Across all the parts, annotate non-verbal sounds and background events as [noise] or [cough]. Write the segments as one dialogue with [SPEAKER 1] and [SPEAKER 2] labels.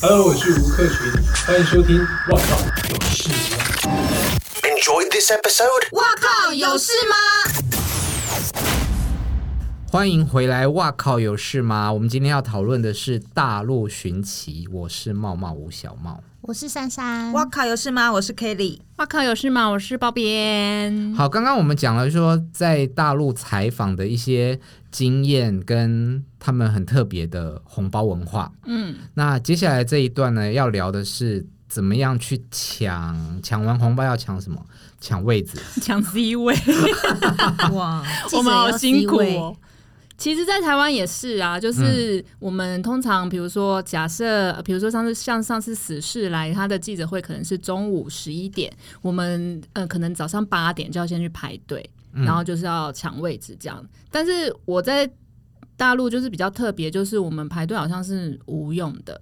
[SPEAKER 1] Hello，我是吴克群，欢迎收听《我靠有事吗》。
[SPEAKER 2] Enjoyed this episode?
[SPEAKER 3] 哇靠，有事吗？
[SPEAKER 4] 欢迎回来！哇靠，有事吗？我们今天要讨论的是大陆寻奇，我是茂茂吴小茂。
[SPEAKER 5] 我是珊珊。
[SPEAKER 3] 哇靠，有事吗？我是 Kelly。
[SPEAKER 6] 哇靠，有事吗？我是包边。
[SPEAKER 4] 好，刚刚我们讲了说在大陆采访的一些经验跟他们很特别的红包文化。
[SPEAKER 6] 嗯，
[SPEAKER 4] 那接下来这一段呢，要聊的是怎么样去抢，抢完红包要抢什么？抢位子。
[SPEAKER 6] [laughs] 抢 C
[SPEAKER 5] [laughs]
[SPEAKER 6] 位，
[SPEAKER 3] [laughs]
[SPEAKER 6] [laughs]
[SPEAKER 3] 哇，
[SPEAKER 5] 记者
[SPEAKER 6] 我们好
[SPEAKER 5] 要 C
[SPEAKER 6] 辛苦
[SPEAKER 5] 位
[SPEAKER 6] 哦。其实，在台湾也是啊，就是我们通常，比如说，假设，呃比如说上次像上次死侍来，他的记者会可能是中午十一点，我们呃可能早上八点就要先去排队，然后就是要抢位置这样。但是我在大陆就是比较特别，就是我们排队好像是无用的，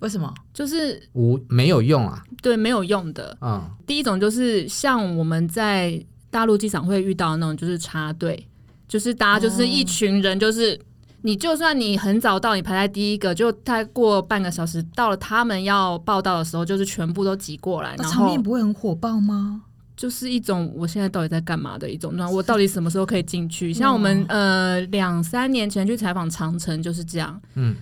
[SPEAKER 3] 为什么？
[SPEAKER 6] 就是
[SPEAKER 4] 无没有用啊，
[SPEAKER 6] 对没有用的，
[SPEAKER 4] 嗯，
[SPEAKER 6] 第一种就是像我们在大陆机场会遇到那种，就是插队，就是大家就是一群人，就是、你就算你很早到，你排在第一个，就再过半个小时到了他们要报道的时候，就是全部都挤过来，
[SPEAKER 3] 那
[SPEAKER 6] 然
[SPEAKER 3] 场
[SPEAKER 6] 后
[SPEAKER 3] 面不会很火爆吗？
[SPEAKER 6] 就是一种我现在到底在干嘛的一种，那我到底什么时候可以进去？像我们呃两三年前去采访长城就是这样，
[SPEAKER 4] 嗯，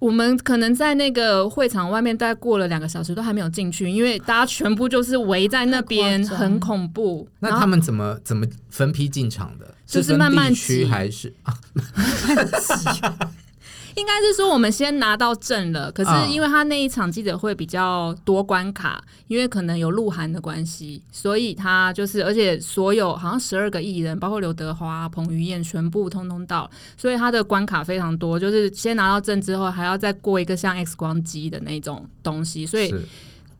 [SPEAKER 6] 我们可能在那个会场外面大概过了两个小时都还没有进去，因为大家全部就是围在那边，
[SPEAKER 5] 太夸张
[SPEAKER 6] 很恐怖。
[SPEAKER 4] 那
[SPEAKER 6] 然后
[SPEAKER 4] 他们怎么怎么分批进场的？
[SPEAKER 6] 就是
[SPEAKER 4] 分
[SPEAKER 6] 慢慢
[SPEAKER 4] 地区
[SPEAKER 6] 挤
[SPEAKER 4] 还是啊？
[SPEAKER 6] 应该是说我们先拿到证了，可
[SPEAKER 4] 嗯
[SPEAKER 6] 是因为他那一场记者会比较多关卡，因为可能有鹿晗的关系，所以他就是而且所有好像十二个艺人，包括刘德华、彭于晏，全部通通到，所以他的关卡非常多，就是先拿到证之后，还要再过一个像 X 光机的那种东西，所以
[SPEAKER 4] 是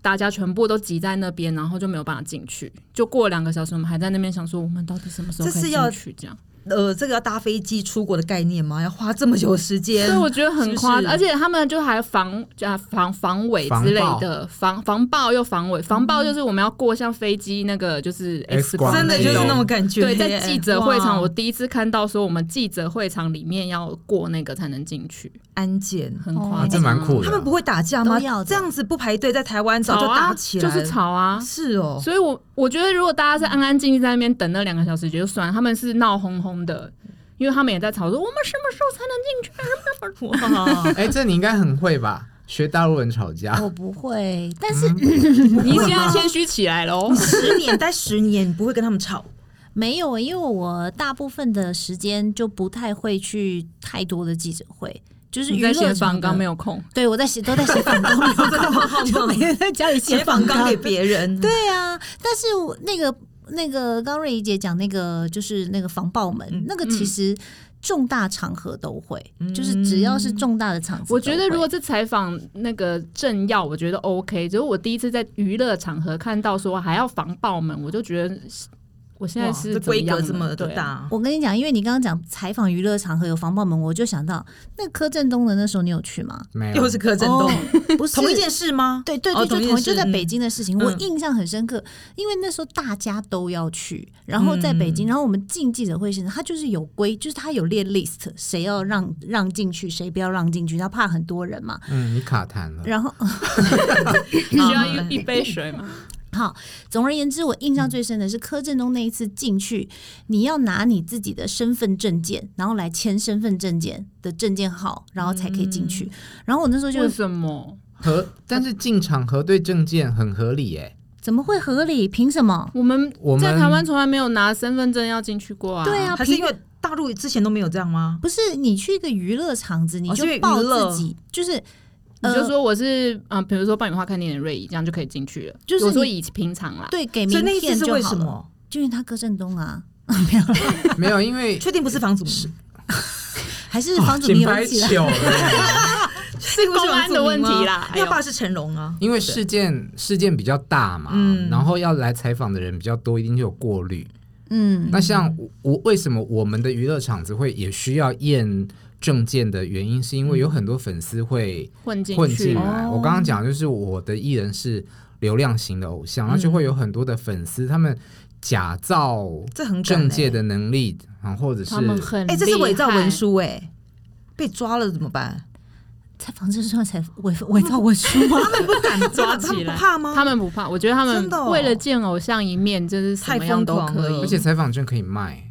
[SPEAKER 6] 大家全部都挤在那边，然后就没有办法进去。就过了两个小时，我们还在那边想说，我们到底什么时候可
[SPEAKER 3] 这
[SPEAKER 6] 以
[SPEAKER 3] 是要
[SPEAKER 6] 进去？这样，
[SPEAKER 3] 呃，这个要搭飞机出国的概念吗？要花这么久的时间
[SPEAKER 6] 所以？我觉得很
[SPEAKER 3] 是
[SPEAKER 6] 夸
[SPEAKER 3] 不是
[SPEAKER 6] 张，而且他们就还防啊防防伪之类的，防防爆又防伪，防爆就是我们要过像飞机那个就是
[SPEAKER 4] X
[SPEAKER 6] X
[SPEAKER 4] 光
[SPEAKER 6] 光，
[SPEAKER 3] 真的就是那种感觉耶。
[SPEAKER 6] 对，在记者会场，
[SPEAKER 3] 哇
[SPEAKER 6] 我第一次看到说我们记者会场里面要过那个才能进去，
[SPEAKER 3] 安检，
[SPEAKER 6] 很
[SPEAKER 5] 哦
[SPEAKER 6] 夸张、
[SPEAKER 4] 啊，这蛮酷的。
[SPEAKER 3] 他们不会打架吗
[SPEAKER 5] 都要？的
[SPEAKER 3] 这样子不排队，在台湾早
[SPEAKER 6] 吵
[SPEAKER 3] 就打
[SPEAKER 6] 啊，
[SPEAKER 3] 起
[SPEAKER 6] 就
[SPEAKER 3] 来了，
[SPEAKER 6] 是吵啊，
[SPEAKER 3] 是哦，
[SPEAKER 6] 所以我，我觉得如果大家是安安静静在那边等那两个小时也就算，他们是闹哄哄的，因为他们也在吵说我们什么时候才能进去？
[SPEAKER 3] 哇
[SPEAKER 4] [laughs] 哎、这你应该很会吧？学大陆人吵
[SPEAKER 6] 啊
[SPEAKER 4] 架，
[SPEAKER 3] 哦
[SPEAKER 5] 我不会，但是、
[SPEAKER 6] 嗯你现在谦虚起来喽。
[SPEAKER 3] 十年待十年，你不会跟他们
[SPEAKER 6] [laughs]
[SPEAKER 3] 吵，
[SPEAKER 5] 没有，欸因为我大部分的时间就不太会去太多的记者会，就是
[SPEAKER 6] 你
[SPEAKER 5] 娱
[SPEAKER 6] 在
[SPEAKER 5] 乐
[SPEAKER 6] 写
[SPEAKER 5] 场
[SPEAKER 6] 访
[SPEAKER 5] 的
[SPEAKER 6] 纲没？有空，
[SPEAKER 5] 对，我在写都在
[SPEAKER 6] [laughs]
[SPEAKER 5] 写访纲，
[SPEAKER 3] [laughs]
[SPEAKER 5] 就每天在家里
[SPEAKER 3] 写
[SPEAKER 5] 写
[SPEAKER 3] 访
[SPEAKER 5] 访
[SPEAKER 3] 纲
[SPEAKER 5] 纲
[SPEAKER 3] 给别人。对，
[SPEAKER 5] 对啊，但是我那个那个刚瑞怡姐讲那个就是那个防爆门，
[SPEAKER 3] 嗯
[SPEAKER 5] 那个其实重大场合都会，就是只要是重大的场合，
[SPEAKER 6] 嗯我觉得如果是采访那个政要，我觉得 OK。只是我第一次在娱乐场合看到说还要防爆门，我就觉得我现在是
[SPEAKER 3] 这
[SPEAKER 6] 怎
[SPEAKER 3] 规格
[SPEAKER 6] 样
[SPEAKER 3] 这
[SPEAKER 6] 了
[SPEAKER 3] 么的
[SPEAKER 6] 对啊
[SPEAKER 3] 大，
[SPEAKER 5] 我跟你讲，因为你刚刚讲采访娱乐场合有防爆门，我就想到那柯震东的那时候，你有去吗？
[SPEAKER 4] 没有
[SPEAKER 3] 又是柯震东，
[SPEAKER 5] 哦，不是
[SPEAKER 3] 同一件。事吗？
[SPEAKER 5] 对对
[SPEAKER 3] 哦
[SPEAKER 5] 对，就
[SPEAKER 3] 同一
[SPEAKER 5] 同
[SPEAKER 3] 件
[SPEAKER 5] 一
[SPEAKER 3] 事
[SPEAKER 5] 就在北京的事情，我
[SPEAKER 3] 嗯
[SPEAKER 5] 印象很深刻，因为那时候大家都要去，然后在北
[SPEAKER 3] 嗯
[SPEAKER 5] 京，然后我们进记者会现场，他就是有规，就是他有列 list，谁要让让进去，谁不要让进去，他怕很多人嘛。
[SPEAKER 4] 嗯，你卡痰了。
[SPEAKER 5] 然后嗯
[SPEAKER 6] 需
[SPEAKER 3] 啊
[SPEAKER 6] 要一一杯水吗？
[SPEAKER 3] [laughs]
[SPEAKER 5] 好，总而言之，我印象最深的是柯震东那一次进去，你要拿你自己的身份证件，然后来签身份证件的证件号，然后才可以进
[SPEAKER 3] 嗯
[SPEAKER 5] 去。然后我那时候就
[SPEAKER 6] 为什么？
[SPEAKER 4] 核，但是进场核对证件很合理耶。
[SPEAKER 5] 怎么会合理？凭什么？
[SPEAKER 6] 我们
[SPEAKER 4] 我们
[SPEAKER 6] 在台湾从来没有拿身份证要进去过啊。
[SPEAKER 5] 对啊，
[SPEAKER 3] 还是
[SPEAKER 5] 凭
[SPEAKER 3] 因为大陆之前都没有这样吗？
[SPEAKER 5] 不是你去一个娱乐场子，你
[SPEAKER 3] 哦是
[SPEAKER 5] 就
[SPEAKER 3] 因为
[SPEAKER 5] 报
[SPEAKER 3] 娱乐
[SPEAKER 5] 自己，就是
[SPEAKER 6] 你
[SPEAKER 5] 呃
[SPEAKER 6] 就说我是啊，呃比如说爆米花看电影的瑞怡，这样就可以进去了。
[SPEAKER 5] 就是
[SPEAKER 6] 我说
[SPEAKER 5] 你
[SPEAKER 6] 以平常啦，
[SPEAKER 5] 对给
[SPEAKER 3] 啊所
[SPEAKER 5] 名
[SPEAKER 3] 以那一次
[SPEAKER 5] 片
[SPEAKER 3] 是
[SPEAKER 5] 就
[SPEAKER 3] 为
[SPEAKER 5] 好
[SPEAKER 3] 什
[SPEAKER 5] 了。
[SPEAKER 3] 么？
[SPEAKER 5] 就因为他柯震东啊，
[SPEAKER 4] 没有，因为
[SPEAKER 3] 确定不是房祖名？是
[SPEAKER 5] 还是房祖名
[SPEAKER 4] 井
[SPEAKER 5] 有
[SPEAKER 4] 啊白
[SPEAKER 5] 起来？
[SPEAKER 3] [laughs]
[SPEAKER 4] 糗了。
[SPEAKER 3] 因为是
[SPEAKER 6] 公安
[SPEAKER 3] 房祖
[SPEAKER 6] 的
[SPEAKER 3] 名
[SPEAKER 6] 问题
[SPEAKER 3] 吗？
[SPEAKER 6] 啦。哎
[SPEAKER 3] 因为
[SPEAKER 6] 呦
[SPEAKER 3] 他爸是成龙啊。
[SPEAKER 4] 因为事件事件比较大嘛，
[SPEAKER 3] 嗯
[SPEAKER 4] 然后要来采访的人比较多，一定就有过滤。
[SPEAKER 5] 嗯，
[SPEAKER 4] 那像我我为什么我们的娱乐场子会也需要验证件的原因，是因
[SPEAKER 3] 嗯
[SPEAKER 4] 为有很多粉丝会
[SPEAKER 6] 混进
[SPEAKER 4] 混
[SPEAKER 6] 去哦
[SPEAKER 4] 进，来。我刚刚讲就是我的艺人是流量型的偶像，那就
[SPEAKER 6] 嗯
[SPEAKER 4] 会有很多的粉丝他们假造
[SPEAKER 3] 这很敢欸哎
[SPEAKER 4] 政界的能力，啊然后或者是
[SPEAKER 6] 他们很
[SPEAKER 3] 哎，这是伪造文
[SPEAKER 6] 厉害，
[SPEAKER 3] 书哎，被抓了怎么办？
[SPEAKER 5] 采访证书才伪伪造文书
[SPEAKER 3] [laughs]
[SPEAKER 5] 吗？
[SPEAKER 3] 他们不敢
[SPEAKER 6] 抓起来
[SPEAKER 3] 他们不怕吗？
[SPEAKER 6] 他们不怕，我觉得他
[SPEAKER 3] 真
[SPEAKER 6] 们
[SPEAKER 3] 的哦
[SPEAKER 6] 为了见偶像一面，就是什么样都
[SPEAKER 3] 太疯
[SPEAKER 6] 可
[SPEAKER 3] 狂了
[SPEAKER 6] 以。
[SPEAKER 4] 而且采访证可以卖，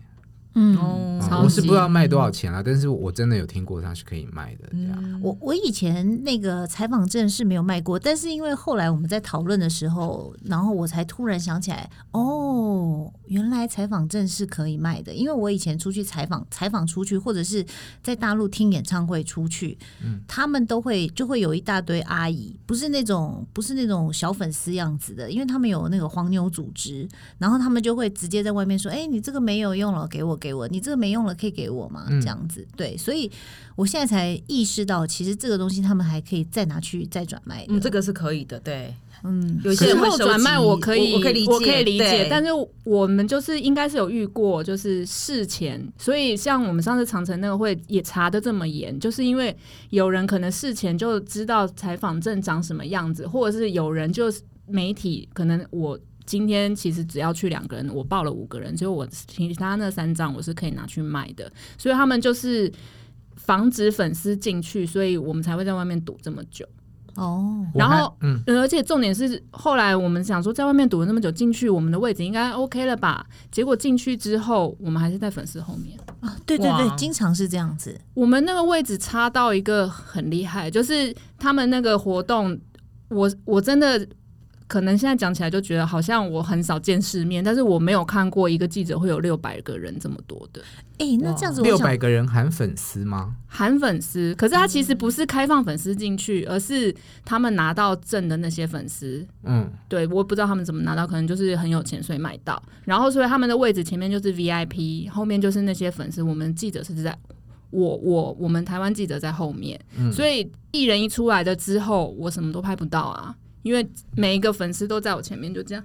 [SPEAKER 5] 嗯，
[SPEAKER 3] 哦
[SPEAKER 4] 嗯
[SPEAKER 6] 超
[SPEAKER 4] 我是不
[SPEAKER 6] 级
[SPEAKER 4] 知道卖多少钱啊，但是我真的有听过它是可以卖的，这样。
[SPEAKER 3] 嗯
[SPEAKER 5] 我我以前那个采访证是没有卖过，但是因为后来我们在讨论的时候，然后我才突然想起来，哦，原来采访证是可以卖的。因为我以前出去采访，采访出去，或者是在大陆听演唱会出去，他们都会就会有一大堆阿姨，不是那种不是那种小粉丝样子的，因为他们有那个黄牛组织，然后他们就会直接在外面说：“哎、你这个没有用了，给我给我，你这个没用了，可以给我吗？”
[SPEAKER 4] 嗯
[SPEAKER 5] 这样子，对，所以我现在才意识到，其实这个东西他们还可以再拿去再转卖的。
[SPEAKER 3] 嗯，这个是可以的，对，
[SPEAKER 5] 嗯，
[SPEAKER 3] 有些
[SPEAKER 6] 事
[SPEAKER 3] 人会
[SPEAKER 6] 后
[SPEAKER 3] 收
[SPEAKER 6] 转卖，
[SPEAKER 3] 集
[SPEAKER 6] 我可以，
[SPEAKER 3] 我可以理解，
[SPEAKER 6] 我可以理解
[SPEAKER 3] 对。
[SPEAKER 6] 但是我们就是应该是有遇过，就是事前，所以像我们上次长城那个会也查的这么严，就是因为有人可能事前就知道采访证长什么样子，或者是有人就是媒体可能我。今天其实只要去两个人，我报了五个人，所以我其他那三张我是可以拿去卖的，所以他们就是防止粉丝进去，所以我们才会在外面堵这么久。
[SPEAKER 5] 哦，
[SPEAKER 4] 我还
[SPEAKER 6] 然后
[SPEAKER 4] 嗯，
[SPEAKER 6] 呃而且重点是，后来我们想说，在外面堵了那么久，进去我们的位置应该 OK 了吧？结果进去之后，我们还是在粉丝后面。
[SPEAKER 5] 啊对对对
[SPEAKER 3] 哇，
[SPEAKER 5] 经常是这样子。
[SPEAKER 6] 我们那个位置差到一个很厉害，就是他们那个活动，我我真的可能现在讲起来就觉得好像我很少见世面，但是我没有看过一个记者会有六百个人这么多的
[SPEAKER 5] 哎、那这样子我
[SPEAKER 4] 六
[SPEAKER 5] 想
[SPEAKER 4] 百个人含粉丝吗？
[SPEAKER 6] 韩粉丝。可是他其实不是开放粉丝进去，而是他们拿到证的那些粉丝
[SPEAKER 4] 嗯，
[SPEAKER 6] 对，我不知道他们怎么拿到，可能就是很有钱，所以买到。然后，所以他们的位置前面就是 VIP，后面就是那些粉丝。我们记者是在我我我们台湾记者在后面，
[SPEAKER 4] 嗯
[SPEAKER 6] 所以艺人一出来的之后，我什么都拍不到啊，因为每一个粉丝都在我前面，就这样，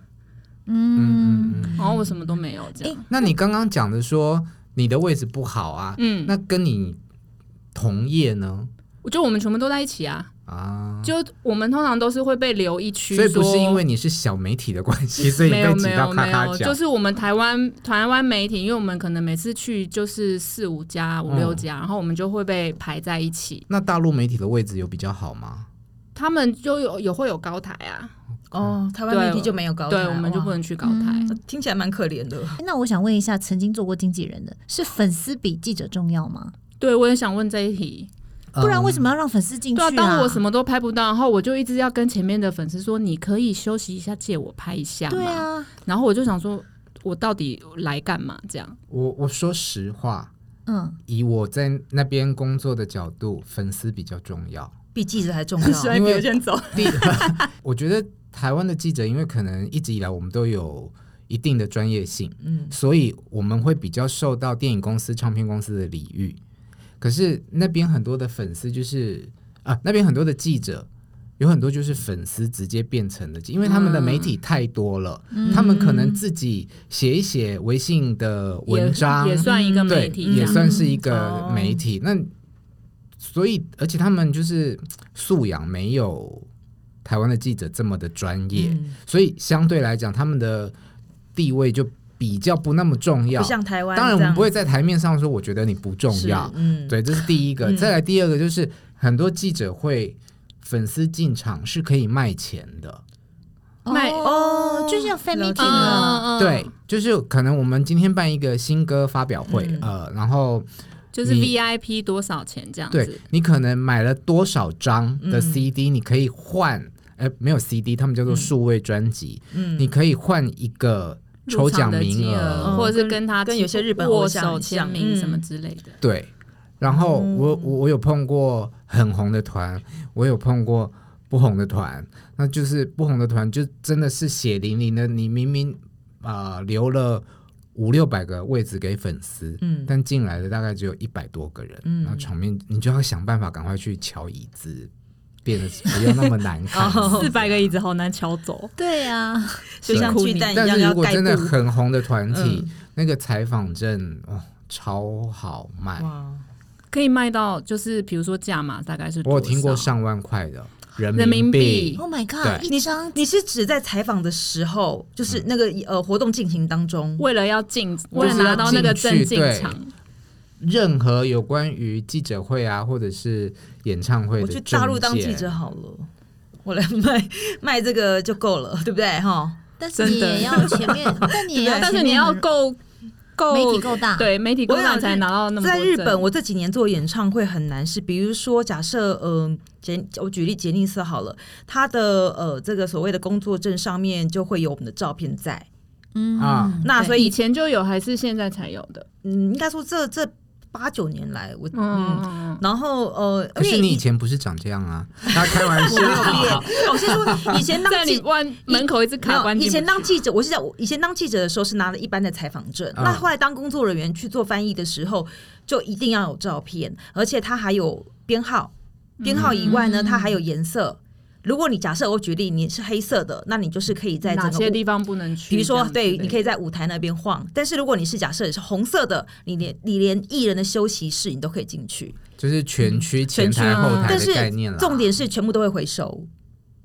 [SPEAKER 5] 嗯
[SPEAKER 6] 然后我什么都没有这样。
[SPEAKER 4] 那你刚刚讲的说你的位置不好啊，
[SPEAKER 6] 嗯，
[SPEAKER 4] 那跟你同业呢？
[SPEAKER 6] 我就我们全部都在一起啊，
[SPEAKER 4] 啊，
[SPEAKER 6] 就我们通常都是会被留一区，
[SPEAKER 4] 所以不是因为。你是小媒体的关系，所以
[SPEAKER 6] 没有
[SPEAKER 4] 被挤
[SPEAKER 6] 没
[SPEAKER 4] 到
[SPEAKER 6] 有
[SPEAKER 4] 咔
[SPEAKER 6] 没
[SPEAKER 4] 咔
[SPEAKER 6] 有，
[SPEAKER 4] 角
[SPEAKER 6] 就。是我们台湾台湾媒体，因为我们可能每次去就是四五家五六
[SPEAKER 4] 嗯
[SPEAKER 6] 家，然后我们就会被排在一起。
[SPEAKER 4] 那大陆媒体的位置有比较好吗？
[SPEAKER 6] 他们就有有会有高台啊，
[SPEAKER 3] 哦，台湾媒体就没有高
[SPEAKER 6] 对
[SPEAKER 3] 台
[SPEAKER 6] 我们就
[SPEAKER 3] 哇
[SPEAKER 6] 不能去高台。
[SPEAKER 3] 听起来蛮可怜的。
[SPEAKER 5] 诶哎那我想问一下，曾经做过经纪人的是粉丝比记者重要吗？
[SPEAKER 6] 对我也想问这一题，
[SPEAKER 5] 不然为什
[SPEAKER 4] 么？
[SPEAKER 5] 么要让粉丝进去、
[SPEAKER 6] 对啊，当我什
[SPEAKER 5] 么？
[SPEAKER 6] 么都拍不到，然后我就一直要跟前面的粉丝说，你可以休息一下，借我拍一下嘛。
[SPEAKER 5] 对啊，
[SPEAKER 6] 然后我就想说，我到底来干嘛？这样
[SPEAKER 4] 我我说实话，
[SPEAKER 5] 嗯，
[SPEAKER 4] 以我在那边工作的角度，粉丝比较重要。
[SPEAKER 3] 比记者还重
[SPEAKER 6] [laughs]
[SPEAKER 3] 要。
[SPEAKER 4] 以因为你
[SPEAKER 6] 先走。
[SPEAKER 4] 第， [laughs] 我觉得台湾的记者，因为可能一直以来我们都有一定的专业性，
[SPEAKER 3] 嗯，
[SPEAKER 4] 所以我们会比较受到电影公司、唱片公司的礼遇。可是那边很多的粉丝就是啊，那边很多的记者。有很多就是粉丝直接变成的记，因为他们的媒体太多了，
[SPEAKER 6] 嗯
[SPEAKER 4] 他们可能自己写一写微信的文章，
[SPEAKER 6] 也也算一个媒
[SPEAKER 4] 对，
[SPEAKER 6] 体，这
[SPEAKER 4] 也
[SPEAKER 6] 样
[SPEAKER 4] 算是一
[SPEAKER 3] 哦
[SPEAKER 4] 个媒体。那所以，而且他们就是素养没有台湾的记者这么的专业，
[SPEAKER 3] 嗯
[SPEAKER 4] 所以相对来讲，他们的地位就比较不那么重要
[SPEAKER 3] 不。像台湾这
[SPEAKER 4] 当
[SPEAKER 3] 样，
[SPEAKER 4] 然，我们不会在台面上说我觉得你不重要
[SPEAKER 3] 是，嗯，
[SPEAKER 4] 对，这是第一个。
[SPEAKER 3] 嗯
[SPEAKER 4] 再来第二个就是很多记者会粉丝进场是可以卖钱的，
[SPEAKER 6] 卖
[SPEAKER 5] 哦，就像 fan
[SPEAKER 3] 了解
[SPEAKER 5] meeting
[SPEAKER 6] 嗯，
[SPEAKER 5] 啊，
[SPEAKER 4] 对，就是可能我们今天办一个新歌发表会，
[SPEAKER 3] 嗯
[SPEAKER 4] 呃，然后
[SPEAKER 6] 就是
[SPEAKER 4] 你
[SPEAKER 6] VIP 多少钱这样
[SPEAKER 4] 对
[SPEAKER 6] 子。
[SPEAKER 4] 你可能买了多少张的
[SPEAKER 3] 嗯
[SPEAKER 4] CD，、你可以换，呃，没有 CD，他们
[SPEAKER 6] 嗯
[SPEAKER 4] 叫做数位专辑，
[SPEAKER 3] 嗯
[SPEAKER 4] 你可以换一个抽
[SPEAKER 6] 入场
[SPEAKER 4] 奖
[SPEAKER 6] 的
[SPEAKER 4] 名
[SPEAKER 6] 金
[SPEAKER 4] 额，
[SPEAKER 6] 额，
[SPEAKER 3] 嗯
[SPEAKER 6] 或者是跟他
[SPEAKER 3] 跟有些日本偶
[SPEAKER 6] 握
[SPEAKER 3] 像
[SPEAKER 6] 手
[SPEAKER 3] 很
[SPEAKER 6] 签
[SPEAKER 3] 像
[SPEAKER 6] 名
[SPEAKER 3] 嗯
[SPEAKER 6] 什么之类的。
[SPEAKER 4] 对。然
[SPEAKER 3] 哦
[SPEAKER 4] 后我我我有碰过很红的团，我有碰过不红的团，那就是不红的团就真的是血淋淋的，你明明啊、呃留了五六百个位置给粉丝，
[SPEAKER 3] 嗯
[SPEAKER 4] 但进来的大概只有一百多个人，
[SPEAKER 3] 嗯
[SPEAKER 4] 然后场面你就要想办法赶快去瞧椅子，变得不要那么难看。
[SPEAKER 3] [laughs] 哦
[SPEAKER 6] 四百个椅子好难抢走，
[SPEAKER 5] 对啊，
[SPEAKER 3] 就像
[SPEAKER 6] 辛苦
[SPEAKER 3] 巨
[SPEAKER 6] 你
[SPEAKER 3] 蛋一
[SPEAKER 4] 但
[SPEAKER 3] 样
[SPEAKER 4] 是如
[SPEAKER 3] 要
[SPEAKER 4] 果
[SPEAKER 3] 盖嗯
[SPEAKER 4] 真的
[SPEAKER 3] 布。
[SPEAKER 4] 很红的团体，那个采访证哦超好卖，
[SPEAKER 3] 哇，
[SPEAKER 6] 可以卖到就是比如说价码大概是
[SPEAKER 4] 我
[SPEAKER 6] 多
[SPEAKER 4] 有
[SPEAKER 6] 少
[SPEAKER 4] 听过上万块的人
[SPEAKER 6] 人民
[SPEAKER 4] 币
[SPEAKER 6] 币。
[SPEAKER 5] ，Oh my
[SPEAKER 4] 对
[SPEAKER 5] god，
[SPEAKER 3] 你
[SPEAKER 5] 一张
[SPEAKER 3] 你是指在采访的时候，
[SPEAKER 4] 嗯
[SPEAKER 3] 就是那个呃活动进行当中，
[SPEAKER 6] 为了要进，
[SPEAKER 4] 我
[SPEAKER 6] 为
[SPEAKER 4] 知
[SPEAKER 6] 了拿
[SPEAKER 4] 道
[SPEAKER 6] 到那个
[SPEAKER 4] 进
[SPEAKER 6] 证
[SPEAKER 4] 去
[SPEAKER 6] 进
[SPEAKER 4] 对
[SPEAKER 6] 场，
[SPEAKER 4] 任何有关于记者会啊，或者是演唱会
[SPEAKER 3] 我
[SPEAKER 4] 的
[SPEAKER 3] 去
[SPEAKER 4] 证
[SPEAKER 3] 大陆当记
[SPEAKER 4] 件
[SPEAKER 3] 者好了，我来卖卖这个就够了，对不对？哈，
[SPEAKER 5] 但是
[SPEAKER 6] 真
[SPEAKER 5] 你
[SPEAKER 6] 的
[SPEAKER 5] 也要前面，
[SPEAKER 6] [laughs]
[SPEAKER 5] 但你也要
[SPEAKER 6] 啊但是
[SPEAKER 5] 前
[SPEAKER 6] 你
[SPEAKER 5] 面
[SPEAKER 6] 要
[SPEAKER 5] 很
[SPEAKER 6] 够够
[SPEAKER 5] 媒体够大
[SPEAKER 6] 对媒体够
[SPEAKER 3] 我想
[SPEAKER 6] 大才
[SPEAKER 3] 日
[SPEAKER 6] 拿到那么多
[SPEAKER 3] 在
[SPEAKER 6] 证。
[SPEAKER 3] 日本，我这几年做演唱会很难是，比如说假设，嗯、杰，我举例杰尼斯好了，他的呃这个所谓的工作证上面就会有我们的照片在，
[SPEAKER 5] 嗯
[SPEAKER 4] 啊
[SPEAKER 3] 那
[SPEAKER 5] 对
[SPEAKER 3] 所
[SPEAKER 6] 以
[SPEAKER 3] 以
[SPEAKER 6] 前就有，还是现在才有的。
[SPEAKER 3] 嗯，应该说这这八九年来，我嗯，
[SPEAKER 6] 嗯，
[SPEAKER 3] 然后呃，
[SPEAKER 4] 可是
[SPEAKER 3] 因为
[SPEAKER 4] 你以前不是长这样啊？他开玩笑
[SPEAKER 3] 我没有练，我先说以前
[SPEAKER 6] 在
[SPEAKER 3] 当
[SPEAKER 6] 你
[SPEAKER 3] 记。
[SPEAKER 6] 关门口一直
[SPEAKER 3] 没
[SPEAKER 6] 卡
[SPEAKER 3] 有，
[SPEAKER 6] 关进
[SPEAKER 3] 以
[SPEAKER 6] 不去，
[SPEAKER 3] 前当记者，我是讲，我以前当记者的时候是拿了一般的采访证，
[SPEAKER 4] 嗯
[SPEAKER 3] 那后来当工作人员去做翻译的时候，就一定要有照片，而且它还有编号，编号以外呢，它还有颜色。如果你假设我举例你是黑色的，那你就是可以在整
[SPEAKER 6] 哪
[SPEAKER 3] 个
[SPEAKER 6] 些
[SPEAKER 3] 舞
[SPEAKER 6] 地方不能去？
[SPEAKER 3] 比如
[SPEAKER 6] 这
[SPEAKER 3] 说，
[SPEAKER 6] 样
[SPEAKER 3] 对，
[SPEAKER 6] 之类
[SPEAKER 3] 你可以在舞台那边晃，但是如果你是假设你是红色的，你连你连艺人的休息室你都可以进去，
[SPEAKER 4] 就是全区前
[SPEAKER 3] 全
[SPEAKER 4] 台
[SPEAKER 6] 区
[SPEAKER 4] 后台
[SPEAKER 3] 但
[SPEAKER 4] 的概念
[SPEAKER 3] 是
[SPEAKER 4] 啦。呃
[SPEAKER 3] 重点是全部都会回收，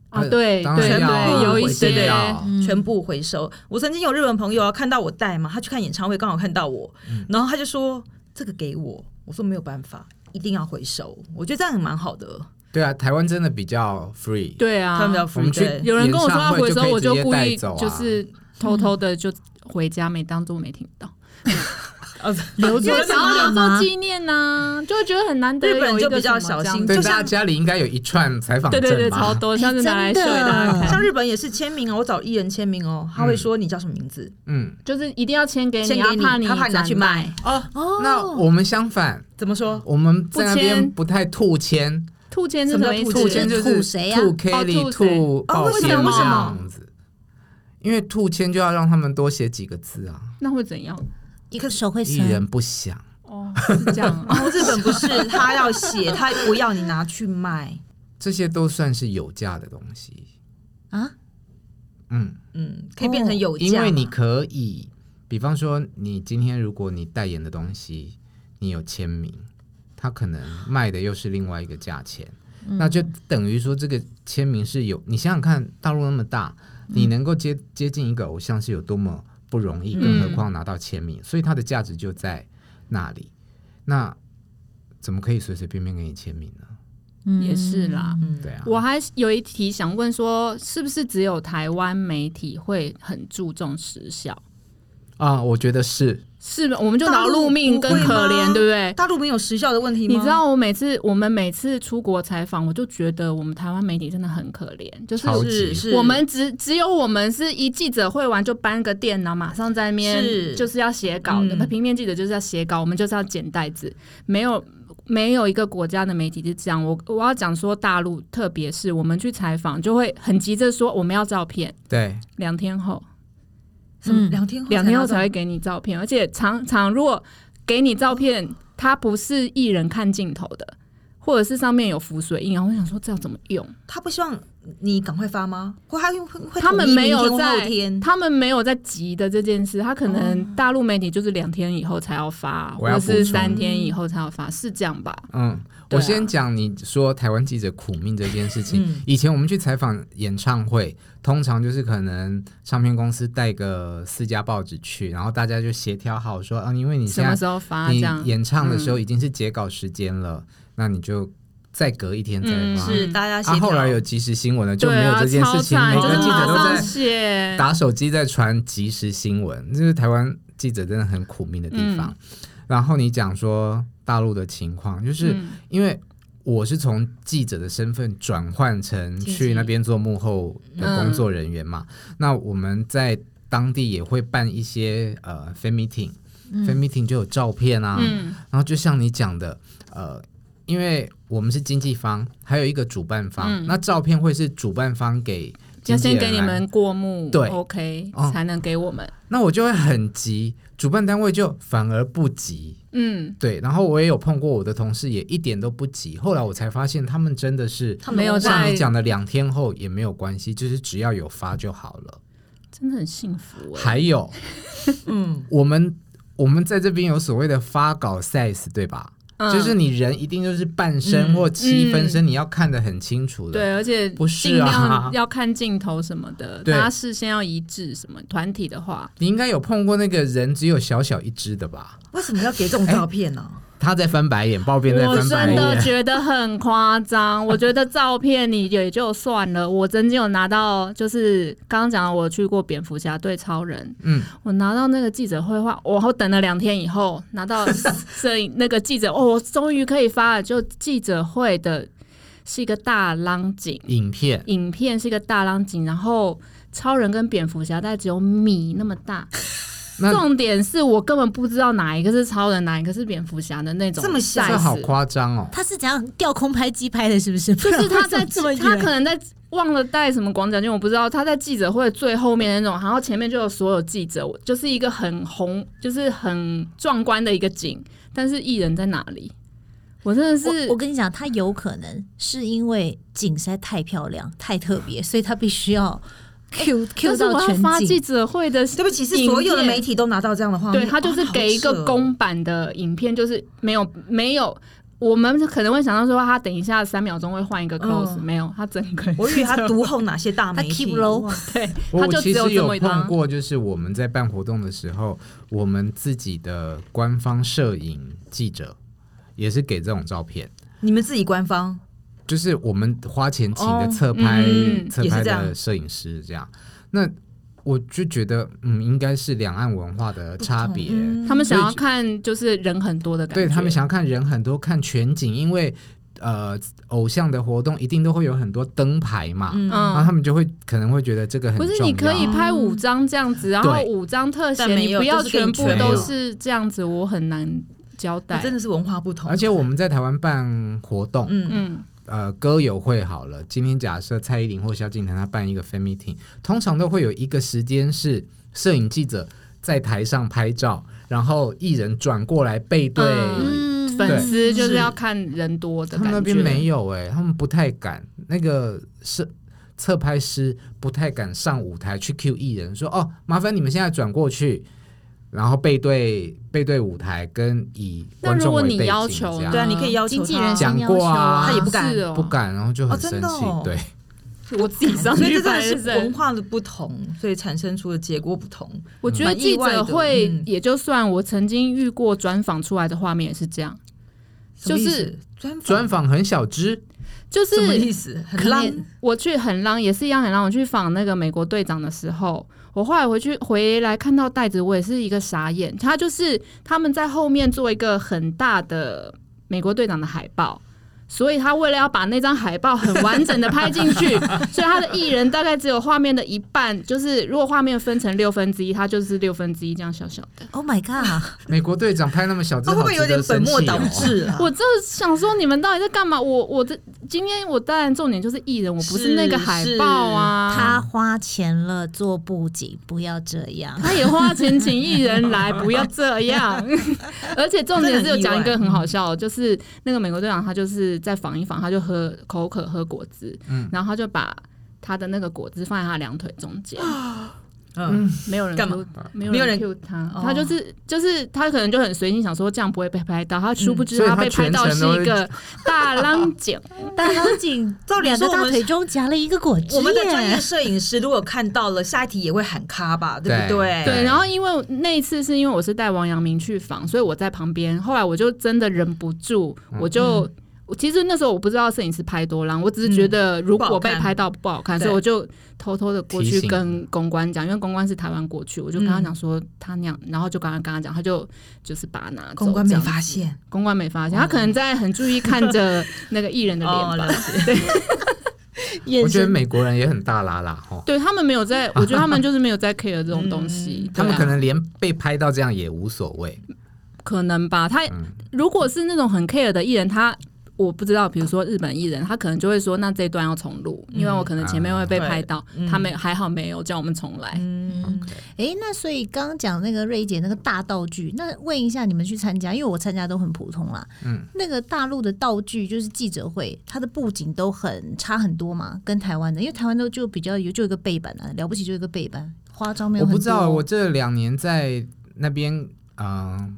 [SPEAKER 6] 啊，对
[SPEAKER 4] 当
[SPEAKER 6] 对
[SPEAKER 4] 然要啊
[SPEAKER 6] 对，有一
[SPEAKER 4] 一定
[SPEAKER 6] 些
[SPEAKER 4] 要
[SPEAKER 5] 嗯
[SPEAKER 3] 全
[SPEAKER 6] 嗯
[SPEAKER 3] 部回收。我曾经有日本朋友啊，看到我带嘛，他去看演唱会，刚好看到我，
[SPEAKER 6] 嗯
[SPEAKER 3] 然后他就说这个给我，我说没有办法，一定要回收。我觉得这样也蛮好的，
[SPEAKER 4] 对啊，台湾真的比较 free。
[SPEAKER 6] 对
[SPEAKER 3] 他
[SPEAKER 6] 啊
[SPEAKER 3] 们比。较
[SPEAKER 4] 我们
[SPEAKER 3] free
[SPEAKER 4] 去
[SPEAKER 3] 对。
[SPEAKER 6] 有人跟我说要回收，我就
[SPEAKER 4] 演唱
[SPEAKER 6] 故
[SPEAKER 4] 会就可以
[SPEAKER 6] 意
[SPEAKER 4] 直接带走啊
[SPEAKER 6] 就是偷偷的就回家，没当做没听
[SPEAKER 3] [laughs]
[SPEAKER 6] 到，
[SPEAKER 3] 呃
[SPEAKER 6] [laughs]
[SPEAKER 5] 留
[SPEAKER 6] 因
[SPEAKER 5] 作
[SPEAKER 6] 为
[SPEAKER 5] 纪
[SPEAKER 6] 想要
[SPEAKER 5] 念
[SPEAKER 6] 留作
[SPEAKER 5] 吗？
[SPEAKER 6] 纪念呐，就会觉得很难得。
[SPEAKER 3] 日本
[SPEAKER 6] 有一个
[SPEAKER 3] 就比较
[SPEAKER 6] 什么
[SPEAKER 3] 小
[SPEAKER 6] 这样
[SPEAKER 3] 心
[SPEAKER 6] 子
[SPEAKER 4] 对，
[SPEAKER 3] 就
[SPEAKER 4] 大
[SPEAKER 3] 像
[SPEAKER 4] 家家里应该有一串采访
[SPEAKER 6] 对
[SPEAKER 4] 证
[SPEAKER 6] 对对，超
[SPEAKER 4] 吧？
[SPEAKER 3] 哎
[SPEAKER 6] 多，像是拿来秀
[SPEAKER 5] 真
[SPEAKER 6] 给
[SPEAKER 5] 的
[SPEAKER 6] 大家看，
[SPEAKER 3] 像日本也是签名啊，我找艺人签名哦，他会说你叫什么名字，
[SPEAKER 4] 嗯，
[SPEAKER 6] 就是一定要签给
[SPEAKER 3] 签
[SPEAKER 6] 哎
[SPEAKER 3] 给
[SPEAKER 6] 你，要
[SPEAKER 3] 你，
[SPEAKER 6] 怕你
[SPEAKER 3] 他怕你拿去
[SPEAKER 6] 展览
[SPEAKER 3] 卖，
[SPEAKER 4] 哦，
[SPEAKER 5] 哦
[SPEAKER 4] 那我们相反，
[SPEAKER 3] 怎么说？
[SPEAKER 4] 我们在那
[SPEAKER 6] 不
[SPEAKER 4] 边
[SPEAKER 6] 签
[SPEAKER 4] 不太吐签，
[SPEAKER 6] 兔签是
[SPEAKER 3] 什么
[SPEAKER 6] 意
[SPEAKER 3] 叫
[SPEAKER 6] 思？
[SPEAKER 3] 兔
[SPEAKER 4] 吐
[SPEAKER 3] 签
[SPEAKER 4] 签就是
[SPEAKER 5] 吐谁啊
[SPEAKER 4] 吐 Kelly，
[SPEAKER 6] 哦吐谁
[SPEAKER 4] 吐
[SPEAKER 3] 哦
[SPEAKER 4] 鲍
[SPEAKER 3] 为
[SPEAKER 4] 先
[SPEAKER 3] 什么
[SPEAKER 4] 这
[SPEAKER 3] 为什么
[SPEAKER 4] 样子。因为吐签就要让他们多写几个字啊，
[SPEAKER 6] 那会怎样？
[SPEAKER 5] 一个手会
[SPEAKER 4] 艺
[SPEAKER 3] 啊
[SPEAKER 5] 酸，
[SPEAKER 4] 人不想。
[SPEAKER 6] 哦，是这样
[SPEAKER 3] [laughs]
[SPEAKER 6] 啊。
[SPEAKER 3] 哦，日本不是他要写，他不要你拿去卖。
[SPEAKER 4] 这些都算是有价的东西
[SPEAKER 5] 啊。
[SPEAKER 4] 嗯，
[SPEAKER 3] 嗯，可以变
[SPEAKER 6] 哦
[SPEAKER 3] 成有价嘛、
[SPEAKER 4] 因为你可以，比方说，你今天如果你代言的东西，你有签名，它可能卖的又是另外一个价钱，那就等于说这个签名是有。你想想看，大陆那么大，你能够接接近一个偶像是有多么不容易，更何况拿到签名，所以它的价值就在那里。那怎么可以随随便便给你签名呢？
[SPEAKER 3] 嗯
[SPEAKER 6] 也是啦。
[SPEAKER 4] 对啊，
[SPEAKER 6] 我还有一题想问说，是不是只有台湾媒体会很注重时效？
[SPEAKER 4] 啊，我觉得是。
[SPEAKER 6] 是吧，我们就劳
[SPEAKER 3] 大陆
[SPEAKER 6] 碌命跟
[SPEAKER 3] 不会
[SPEAKER 6] 可怜，
[SPEAKER 3] 吗
[SPEAKER 6] 对不对？
[SPEAKER 3] 大陆没有时效的问题吗？
[SPEAKER 6] 你知道我每次我们每次出国采访，我就觉得我们台湾媒体真的很可怜，就是
[SPEAKER 4] 超
[SPEAKER 3] 是
[SPEAKER 4] 级
[SPEAKER 3] 是，
[SPEAKER 6] 我们只只有我们是一记者会完就搬个电脑，马上在那边
[SPEAKER 3] 是
[SPEAKER 6] 就是要写稿的。
[SPEAKER 3] 嗯
[SPEAKER 6] 平面记者就是要写稿，我们就是要剪带子，没有没有一个国家的媒体是这样。我我要讲说大陆，特别是我们去采访，就会很急着说我们要照片，
[SPEAKER 4] 对，
[SPEAKER 6] 两天后
[SPEAKER 3] 什么两天后
[SPEAKER 6] 嗯两天后才
[SPEAKER 3] 拿
[SPEAKER 6] 会
[SPEAKER 3] 到
[SPEAKER 6] 给你照片，而且常常如果给你照片，它不是艺人看镜头的，或者是上面有浮水印，然后我想说这要怎么用？
[SPEAKER 3] 他不希望你赶快发吗？或他会会
[SPEAKER 6] 他们
[SPEAKER 3] 统一
[SPEAKER 6] 没有
[SPEAKER 3] 明天或
[SPEAKER 6] 在
[SPEAKER 3] 后天，
[SPEAKER 6] 他们没有在急的这件事，他可能大陆媒体就是两天以后才要发，
[SPEAKER 4] 哦我
[SPEAKER 6] 或
[SPEAKER 4] 要
[SPEAKER 6] 者
[SPEAKER 4] 补充
[SPEAKER 6] 是三天以后才要发，是这样吧？
[SPEAKER 4] 嗯，
[SPEAKER 6] 对啊
[SPEAKER 4] 我先讲你说台湾记者苦命这件事情。
[SPEAKER 3] 嗯
[SPEAKER 4] 以前我们去采访演唱会，通常就是可能唱片公司带个四家报纸去，然后大家就协调好说，啊，因为你
[SPEAKER 6] 什
[SPEAKER 4] 现
[SPEAKER 6] 么
[SPEAKER 4] 在
[SPEAKER 6] 时候发？这
[SPEAKER 4] 你
[SPEAKER 6] 样嗯
[SPEAKER 4] 演唱的时候已经是截稿时间了，那你就再隔一天再
[SPEAKER 6] 嗯
[SPEAKER 4] 发。
[SPEAKER 3] 是大家协
[SPEAKER 4] 啊，
[SPEAKER 3] 调。
[SPEAKER 4] 后来有即时新闻了，就
[SPEAKER 6] 对
[SPEAKER 4] 没有
[SPEAKER 6] 啊，
[SPEAKER 4] 这件
[SPEAKER 6] 超
[SPEAKER 4] 事情，
[SPEAKER 6] 惨，
[SPEAKER 4] 每
[SPEAKER 6] 就是
[SPEAKER 4] 个记
[SPEAKER 6] 马
[SPEAKER 4] 者都
[SPEAKER 6] 上
[SPEAKER 4] 在
[SPEAKER 6] 写。
[SPEAKER 4] 打手机在传即时新闻，这是台湾记者真的很苦命的地
[SPEAKER 6] 嗯
[SPEAKER 4] 方。然后你讲说大陆的情况，就是
[SPEAKER 6] 嗯
[SPEAKER 4] 因为我是从记者的身份转换成
[SPEAKER 3] 经纪
[SPEAKER 4] 去那边做幕后的工作人员嘛，
[SPEAKER 6] 嗯
[SPEAKER 4] 那我们在当地也会办一些呃 fan meeting。fan meeting 就有照片啊，
[SPEAKER 6] 嗯
[SPEAKER 4] 然后就像你讲的，呃，因为我们是经纪方，还有一个主办方，那照片会是主办方给
[SPEAKER 6] 嗯要
[SPEAKER 4] 经纪
[SPEAKER 6] 先
[SPEAKER 4] 人
[SPEAKER 6] 给你
[SPEAKER 4] 来
[SPEAKER 6] 们过目，
[SPEAKER 4] 对
[SPEAKER 6] ，OK，、
[SPEAKER 4] 哦
[SPEAKER 6] 才能给我们。
[SPEAKER 4] 那我就会很急，主办单位就反而不急。
[SPEAKER 6] 嗯，
[SPEAKER 4] 对，然后我也有碰过我的同事，也一点都不急。后来我才发现，他们真的是
[SPEAKER 3] 他们
[SPEAKER 6] 没有
[SPEAKER 4] 像
[SPEAKER 6] 在
[SPEAKER 4] 你，讲的两天后也没有关系，就是只要有发就好了。
[SPEAKER 6] 真的很幸福哎、[laughs]
[SPEAKER 4] 还有，嗯，我们我们在这边有所谓的发稿 size，对吧？就是你人一定就是半身或七分身，你要看得很清楚
[SPEAKER 6] 嗯
[SPEAKER 4] 的。
[SPEAKER 6] 对，而且
[SPEAKER 4] 不是
[SPEAKER 6] 尽
[SPEAKER 4] 啊
[SPEAKER 6] 量要看镜头什么的，
[SPEAKER 4] 对
[SPEAKER 6] 大家视线要一致。什么团体的话，
[SPEAKER 4] 你应该有碰过那个人只有小小一只的吧？
[SPEAKER 3] 为什么要给这种照片呢、
[SPEAKER 6] 哎
[SPEAKER 4] 他在翻白眼，暴边在
[SPEAKER 6] 我
[SPEAKER 4] 翻白
[SPEAKER 6] 真的
[SPEAKER 4] 眼。 [laughs]
[SPEAKER 6] 觉得很夸张。我觉得照片你也就算了，我曾经有拿到，就是刚刚讲的我去过蝙蝠侠对超人，
[SPEAKER 4] 嗯，
[SPEAKER 6] 我拿到那个记者绘画，我后等了两天以后拿到
[SPEAKER 4] [laughs]
[SPEAKER 6] 摄影那个记者，哦，我终于可以发了，就记者会的是一个大浪景。
[SPEAKER 4] 影片
[SPEAKER 6] 影片是一个大浪景，然后超人跟蝙蝠侠大概只有米那么大。
[SPEAKER 4] 那
[SPEAKER 6] 重点是我根本不知道哪一个是超人，哪一个是蝙蝠侠的那种 size。
[SPEAKER 3] 这么小
[SPEAKER 4] 这好夸张哦！
[SPEAKER 5] 他是怎样吊空拍机拍的？是不是？就
[SPEAKER 6] 就是他 [laughs] 在
[SPEAKER 5] 这么
[SPEAKER 6] 他可
[SPEAKER 5] 远，
[SPEAKER 6] 能在忘了带什么广角镜，我不知道。他在记者会最后面那种，然后前面就有所有记者，我就是一个很红，就是很壮观的一个景。但是艺人在哪里？我真的是
[SPEAKER 5] 我我跟你讲，他有可能是因为景实在太漂亮、太特别，所以他必须要 Q
[SPEAKER 6] 哎但
[SPEAKER 5] Q
[SPEAKER 6] 是
[SPEAKER 5] 到
[SPEAKER 6] 我要
[SPEAKER 5] 全
[SPEAKER 6] 发记
[SPEAKER 5] 景。
[SPEAKER 6] 者会的，
[SPEAKER 3] 对不起，是所有的媒体都拿到这样的画面，
[SPEAKER 6] 对他就是
[SPEAKER 3] 哇
[SPEAKER 6] 给一
[SPEAKER 3] 好扯
[SPEAKER 6] 个
[SPEAKER 3] 哦
[SPEAKER 6] 公版的影片，就是没有没有，我们可能会想到说啊他等一下三秒钟会换一个 close，、
[SPEAKER 3] 嗯
[SPEAKER 6] 没有，他整个
[SPEAKER 3] 我以为他读后哪些大媒体
[SPEAKER 5] 他 keep low
[SPEAKER 3] 哇
[SPEAKER 6] 对，
[SPEAKER 4] 我
[SPEAKER 6] 他就只
[SPEAKER 4] 其
[SPEAKER 6] 有
[SPEAKER 4] 实
[SPEAKER 6] 这
[SPEAKER 4] 有
[SPEAKER 6] 么一啊
[SPEAKER 4] 碰
[SPEAKER 6] 张。
[SPEAKER 4] 过，就是我们在办活动的时候，我们自己的官方摄影记者也是给这种照片，
[SPEAKER 3] 你们自己官方
[SPEAKER 4] 就是我们花钱请的
[SPEAKER 3] 哦
[SPEAKER 4] 侧拍、
[SPEAKER 6] 嗯
[SPEAKER 4] 侧
[SPEAKER 3] 也是
[SPEAKER 4] 拍
[SPEAKER 3] 这样
[SPEAKER 4] 的摄影师这样。那我就觉得，嗯，应该是两岸文化的差别。
[SPEAKER 3] 嗯
[SPEAKER 6] 他们想要看就是人很多嗯的感觉，
[SPEAKER 4] 对他们想要看人很多，看全景，因为呃，偶像的活动一定都会有很多灯牌嘛，然后
[SPEAKER 6] 嗯
[SPEAKER 4] 他。们就会可能会觉得这个很
[SPEAKER 6] 不
[SPEAKER 4] 重要。
[SPEAKER 6] 是，你可以拍五张这样子，然后
[SPEAKER 4] 对
[SPEAKER 6] 五张特写，
[SPEAKER 3] 但没
[SPEAKER 6] 你
[SPEAKER 3] 有
[SPEAKER 6] 不要
[SPEAKER 3] 就是给你
[SPEAKER 6] 全
[SPEAKER 3] 啊
[SPEAKER 6] 部
[SPEAKER 4] 全
[SPEAKER 6] 都
[SPEAKER 4] 部
[SPEAKER 6] 是这样子，我很难交代。
[SPEAKER 3] 真的是文化不同，
[SPEAKER 4] 而且我们在台湾办活动，
[SPEAKER 3] 嗯，
[SPEAKER 6] 嗯，
[SPEAKER 4] 呃，歌友会好了，今天假设蔡依林或萧敬腾他办一个 fan meeting，通常都会有一个时间是摄影记者在台上拍照，然后艺人转过来背对。
[SPEAKER 6] 嗯粉丝就是要看人多的
[SPEAKER 4] 他
[SPEAKER 6] 感觉。
[SPEAKER 4] 们那边没有哎、他们不太敢。那个是侧拍师不太敢上舞台去 cue 艺人，说哦，麻烦你们现在转过去，然后背对背对舞台，跟以
[SPEAKER 6] 那
[SPEAKER 4] 观
[SPEAKER 6] 如
[SPEAKER 4] 众
[SPEAKER 6] 果
[SPEAKER 4] 为背
[SPEAKER 6] 你
[SPEAKER 4] 景这
[SPEAKER 6] 要求呢，
[SPEAKER 4] 样
[SPEAKER 3] 对啊你可以要求
[SPEAKER 5] 经纪人
[SPEAKER 6] 他
[SPEAKER 5] 先要
[SPEAKER 4] 讲
[SPEAKER 5] 求
[SPEAKER 4] 过啊
[SPEAKER 5] 啊，
[SPEAKER 3] 他也不敢
[SPEAKER 6] 是哦
[SPEAKER 4] 不敢，然后就
[SPEAKER 3] 哦
[SPEAKER 4] 很
[SPEAKER 3] 真
[SPEAKER 4] 生
[SPEAKER 3] 的
[SPEAKER 4] 气。
[SPEAKER 3] 哦
[SPEAKER 4] 对，
[SPEAKER 6] 我自己
[SPEAKER 3] [laughs]
[SPEAKER 6] 上
[SPEAKER 3] 所以
[SPEAKER 6] 去
[SPEAKER 3] 这真
[SPEAKER 6] 拍
[SPEAKER 3] 的是文
[SPEAKER 6] 是。
[SPEAKER 3] 化的不同，所以产生出的结果不同。
[SPEAKER 6] 我觉得
[SPEAKER 3] 蛮意
[SPEAKER 6] 记
[SPEAKER 3] 外的
[SPEAKER 6] 者会
[SPEAKER 3] 嗯
[SPEAKER 6] 也就算，我曾经遇过专访出来的画面也是这样，
[SPEAKER 3] 什么意思
[SPEAKER 6] 就是
[SPEAKER 3] 专访
[SPEAKER 4] 专访很小只，
[SPEAKER 6] 就
[SPEAKER 3] 什么意
[SPEAKER 6] 是
[SPEAKER 3] 思？很浪
[SPEAKER 6] 也我去很浪也是一样很浪，我去访那个美国队长的时候，我后来回去回来看到袋子，我也是一个傻眼，他就是他们在后面做一个很大的美国队长的海报。所以他为了要把那张海报很完整的拍进去， [laughs] 所以他的艺人大概只有画面的一半，就是如果画面分成六分之一，他就是六分之一这样小小的。
[SPEAKER 5] Oh my god！
[SPEAKER 4] 美国队长拍那么小只，
[SPEAKER 3] 他会不
[SPEAKER 4] 好
[SPEAKER 3] 会有
[SPEAKER 4] 值
[SPEAKER 3] 点
[SPEAKER 4] 得
[SPEAKER 3] 本
[SPEAKER 4] 生
[SPEAKER 3] 末
[SPEAKER 4] 气
[SPEAKER 3] 倒
[SPEAKER 4] 哦。
[SPEAKER 3] 置啊？
[SPEAKER 6] [laughs] 我就想说，你们到底在干嘛？我我的今天我当然重点就是艺人，我不是那个海报啊。
[SPEAKER 5] 他花钱了做布景，不要这样。
[SPEAKER 6] 他也花钱请艺人来，不要这样。 [laughs] 而且重点是有讲一个很好笑的，就是那个美国队长，他就是在访一访，他就喝口渴喝果汁，
[SPEAKER 4] 嗯
[SPEAKER 6] 然后他就把他的那个果汁放在他两腿中间，
[SPEAKER 3] 嗯，
[SPEAKER 6] 没有人
[SPEAKER 3] 干嘛
[SPEAKER 6] cue-
[SPEAKER 3] 没
[SPEAKER 6] 没
[SPEAKER 3] 有
[SPEAKER 6] 有
[SPEAKER 3] 人
[SPEAKER 6] 人 Q 他
[SPEAKER 3] 哦，
[SPEAKER 6] 他就是就是他可能就很随性，想说这样不会被拍到，他殊不知
[SPEAKER 4] 所以
[SPEAKER 6] 他
[SPEAKER 4] 他
[SPEAKER 6] 被拍到
[SPEAKER 4] 全
[SPEAKER 6] 是
[SPEAKER 4] 程都
[SPEAKER 6] 一个大浪姐。
[SPEAKER 5] [laughs] 大张景
[SPEAKER 3] 照理
[SPEAKER 5] 两个
[SPEAKER 3] 说我
[SPEAKER 5] 大
[SPEAKER 3] 们
[SPEAKER 5] 腿中夹了一个果汁
[SPEAKER 3] 我们的专业
[SPEAKER 5] 耶，
[SPEAKER 3] 摄影师如果看到了，下一题也会喊卡吧，对不对？
[SPEAKER 6] 对，然后因为那一次是因为我是带王阳明去访，所以我在旁边。后来我就真的忍不住，
[SPEAKER 3] 嗯
[SPEAKER 6] 我就、我其实那时候我不知道摄影师拍多浪，我只是觉得如
[SPEAKER 3] 不好
[SPEAKER 6] 果被
[SPEAKER 3] 嗯看
[SPEAKER 6] 拍到不好看，
[SPEAKER 3] 对
[SPEAKER 6] 所以我就偷偷的过
[SPEAKER 4] 提
[SPEAKER 6] 去
[SPEAKER 4] 醒
[SPEAKER 6] 跟公关讲，因为公关是台湾过去，我就跟
[SPEAKER 3] 嗯
[SPEAKER 6] 他讲说他那样，然后就刚刚跟他讲，他就就是把他拿走。
[SPEAKER 3] 公关没
[SPEAKER 6] 这样
[SPEAKER 3] 发现，
[SPEAKER 6] 公关没发现，他可能在很注意看
[SPEAKER 3] [laughs]
[SPEAKER 6] 着那个艺人的
[SPEAKER 3] 哦
[SPEAKER 6] 脸吧。
[SPEAKER 3] 了
[SPEAKER 4] 我觉得美国人也很大哦啦啦哈，
[SPEAKER 6] 对他们没有在，我觉得他们就是没有在 care 这种东
[SPEAKER 3] 嗯
[SPEAKER 6] 西，
[SPEAKER 4] 他们
[SPEAKER 6] 对啊
[SPEAKER 4] 可能连被拍到这样也无所谓。
[SPEAKER 6] 可能吧。他
[SPEAKER 4] 嗯
[SPEAKER 6] 如果是那种很 care 的艺人，他我不知道，比如说日本艺人，他可能就会说那这一段要重录，因为
[SPEAKER 4] 嗯
[SPEAKER 6] 我可能前面会被拍
[SPEAKER 4] 啊
[SPEAKER 6] 到，他没还好没有叫我们重来。
[SPEAKER 4] 嗯
[SPEAKER 3] 嗯
[SPEAKER 5] 诶，那所以刚刚讲那个瑞姐那个大道具，那问一下你们去参加，因为我参加都很普通啦。嗯，那个大陆的道具就是记者会，它的布景都很差很多嘛，跟台湾的，因为台湾都就比较有就一个背板啊，了不起就一个背板，花招没有
[SPEAKER 4] 我
[SPEAKER 5] 很多。
[SPEAKER 4] 不知道，我这呃两年在那边，嗯、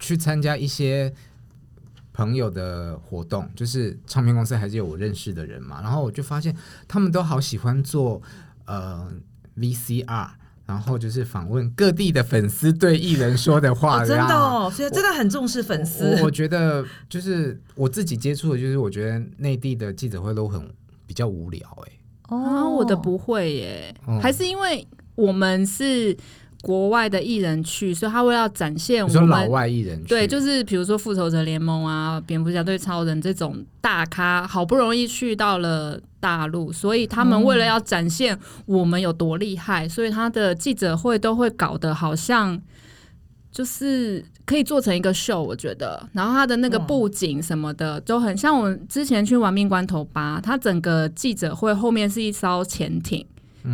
[SPEAKER 4] 去参加一些朋友的活动，就是唱片公司还是有我认识的人嘛，然后我就发现他们都好喜欢做呃 VCR。然后就是访问各地的粉丝对艺人说的话，
[SPEAKER 3] 哦，真
[SPEAKER 4] 然
[SPEAKER 3] 的
[SPEAKER 4] 后
[SPEAKER 3] 哦，所以真的很重视粉丝
[SPEAKER 4] 我我觉得就是我自己接触的，就是我觉得内地的记者会都很比较无聊、欸，
[SPEAKER 5] 哦
[SPEAKER 6] 啊，我的不会耶，
[SPEAKER 4] 嗯
[SPEAKER 6] 还是因为我们是国外的艺人去，所以他为了要展现
[SPEAKER 4] 哎，
[SPEAKER 6] 我
[SPEAKER 4] 你说
[SPEAKER 6] 们
[SPEAKER 4] 老外艺人去
[SPEAKER 6] 对，就是比如说复仇者联盟啊、蝙蝠侠对超人这种大咖，好不容易去到了大陆，所以他们为了要展现我们有多厉害，所以他的记者会都会搞得好像就是可以做成一个秀，我觉得。然后他的那个
[SPEAKER 3] 哇
[SPEAKER 6] 布景什么的都很像我们之前去玩命关头吧，它整个记者会后面是一艘潜艇。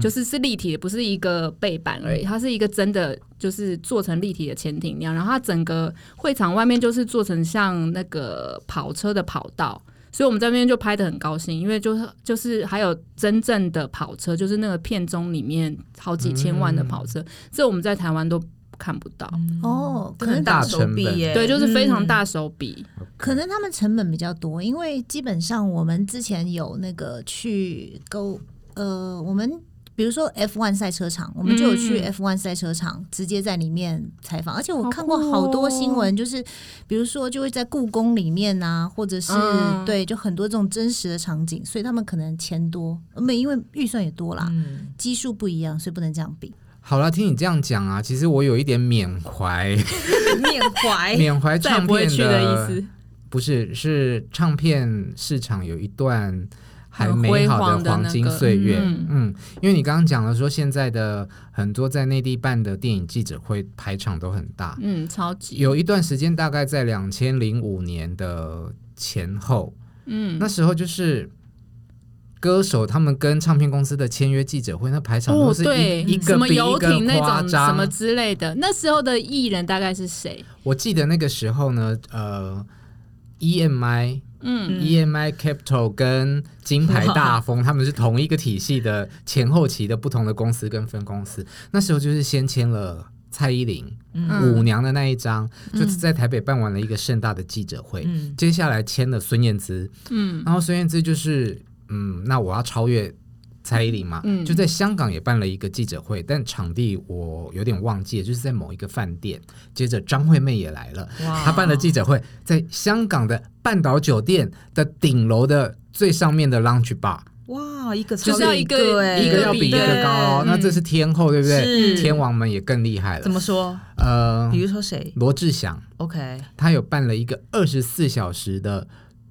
[SPEAKER 6] 就是是立体的，不是一个背板而已，它是一个真的，就是做成立体的潜艇那样。然后它整个会场外面就是做成像那个跑车的跑道，所以我们这边就拍的很高兴，因为就是就是还有真正的跑车，就是那个片中里面好几千万的跑车，这我们在台湾都看不到。
[SPEAKER 5] 哦，可
[SPEAKER 3] 真的
[SPEAKER 5] 能
[SPEAKER 3] 很大
[SPEAKER 4] 大
[SPEAKER 3] 手
[SPEAKER 4] 成
[SPEAKER 3] 笔
[SPEAKER 4] 本
[SPEAKER 3] 耶，
[SPEAKER 6] 对，就是非常
[SPEAKER 3] 嗯
[SPEAKER 6] 大手笔。
[SPEAKER 5] 可能他们成本比较多，因为基本上我们之前有那个去勾呃，我们比如说 F1 赛车场，我们就有
[SPEAKER 6] 嗯
[SPEAKER 5] 去 F1 赛车场，直接在里面采访，而且我看过好
[SPEAKER 6] 哦
[SPEAKER 5] 多新闻，就是比如说就会在故宫里面啊，或者是、
[SPEAKER 6] 嗯
[SPEAKER 5] 对，就很多这种真实的场景，所以他们可能钱多，呃没因为预算也多啦，
[SPEAKER 3] 嗯，
[SPEAKER 5] 基数不一样，所以不能这样比。
[SPEAKER 4] 好了，听你这样讲啊，其实我有一点缅怀，
[SPEAKER 3] [laughs] 缅怀，
[SPEAKER 4] 缅怀
[SPEAKER 6] 哎再也
[SPEAKER 4] 唱
[SPEAKER 6] 不会
[SPEAKER 4] 片
[SPEAKER 6] 去的意思，
[SPEAKER 4] 不是是唱片市场有一段还
[SPEAKER 6] 很
[SPEAKER 4] 美
[SPEAKER 6] 辉
[SPEAKER 4] 好
[SPEAKER 6] 煌的
[SPEAKER 4] 黄
[SPEAKER 6] 那
[SPEAKER 4] 金
[SPEAKER 6] 个
[SPEAKER 4] 岁月，
[SPEAKER 6] 嗯
[SPEAKER 4] 嗯，因为你刚刚讲了说现在的很多在内地办的电影记者会排场都很大，
[SPEAKER 6] 嗯，超级，
[SPEAKER 4] 有一段时间，大概在两千零五年的前后，
[SPEAKER 6] 嗯，
[SPEAKER 4] 那时候就是歌手他们跟唱片公司的签约记者会，那排场
[SPEAKER 6] 哦
[SPEAKER 4] 都是一、
[SPEAKER 6] 对，
[SPEAKER 4] 一
[SPEAKER 6] 什
[SPEAKER 4] 个
[SPEAKER 6] 么
[SPEAKER 4] 比
[SPEAKER 6] 游
[SPEAKER 4] 一
[SPEAKER 6] 艇
[SPEAKER 4] 个
[SPEAKER 6] 那
[SPEAKER 4] 夸
[SPEAKER 6] 种什
[SPEAKER 4] 张
[SPEAKER 6] 么。之类的，那时候的艺人大概是谁？
[SPEAKER 4] 我记得那个时候呢，呃，EMI。
[SPEAKER 6] 嗯
[SPEAKER 4] EMI E Capital 跟金牌大风，他们是同一个体系的前后期的不同的公司跟分公司。那时候就是先签了蔡依林、
[SPEAKER 6] 嗯
[SPEAKER 4] 舞娘的那一张，就是在台北办完了一个盛大的记者会。
[SPEAKER 3] 嗯
[SPEAKER 4] 接下来签了孙燕姿，
[SPEAKER 6] 嗯，
[SPEAKER 4] 然后孙燕姿就是，嗯，那我要超越蔡依林嘛，
[SPEAKER 6] 嗯
[SPEAKER 4] 就在香港也办了一个记者会，但场地我有点忘记了，就是在某一个饭店。接着张惠妹也来了，
[SPEAKER 3] 哇
[SPEAKER 4] 她办了记者会，在香港的半岛酒店的顶楼的最上面的 lounge bar，
[SPEAKER 3] 哇，一个
[SPEAKER 6] 就是
[SPEAKER 3] 超
[SPEAKER 6] 要
[SPEAKER 3] 越
[SPEAKER 6] 一个
[SPEAKER 3] 哎，
[SPEAKER 4] 一个要比一个
[SPEAKER 3] 对
[SPEAKER 4] 高哦，那这是天后对不对？
[SPEAKER 3] 是
[SPEAKER 4] 天王们也更厉害
[SPEAKER 3] 怎
[SPEAKER 4] 了。
[SPEAKER 3] 么说？
[SPEAKER 4] 呃
[SPEAKER 3] 比，如说谁
[SPEAKER 4] 罗志祥
[SPEAKER 3] ？OK，
[SPEAKER 4] 他有办了一个二十四小时的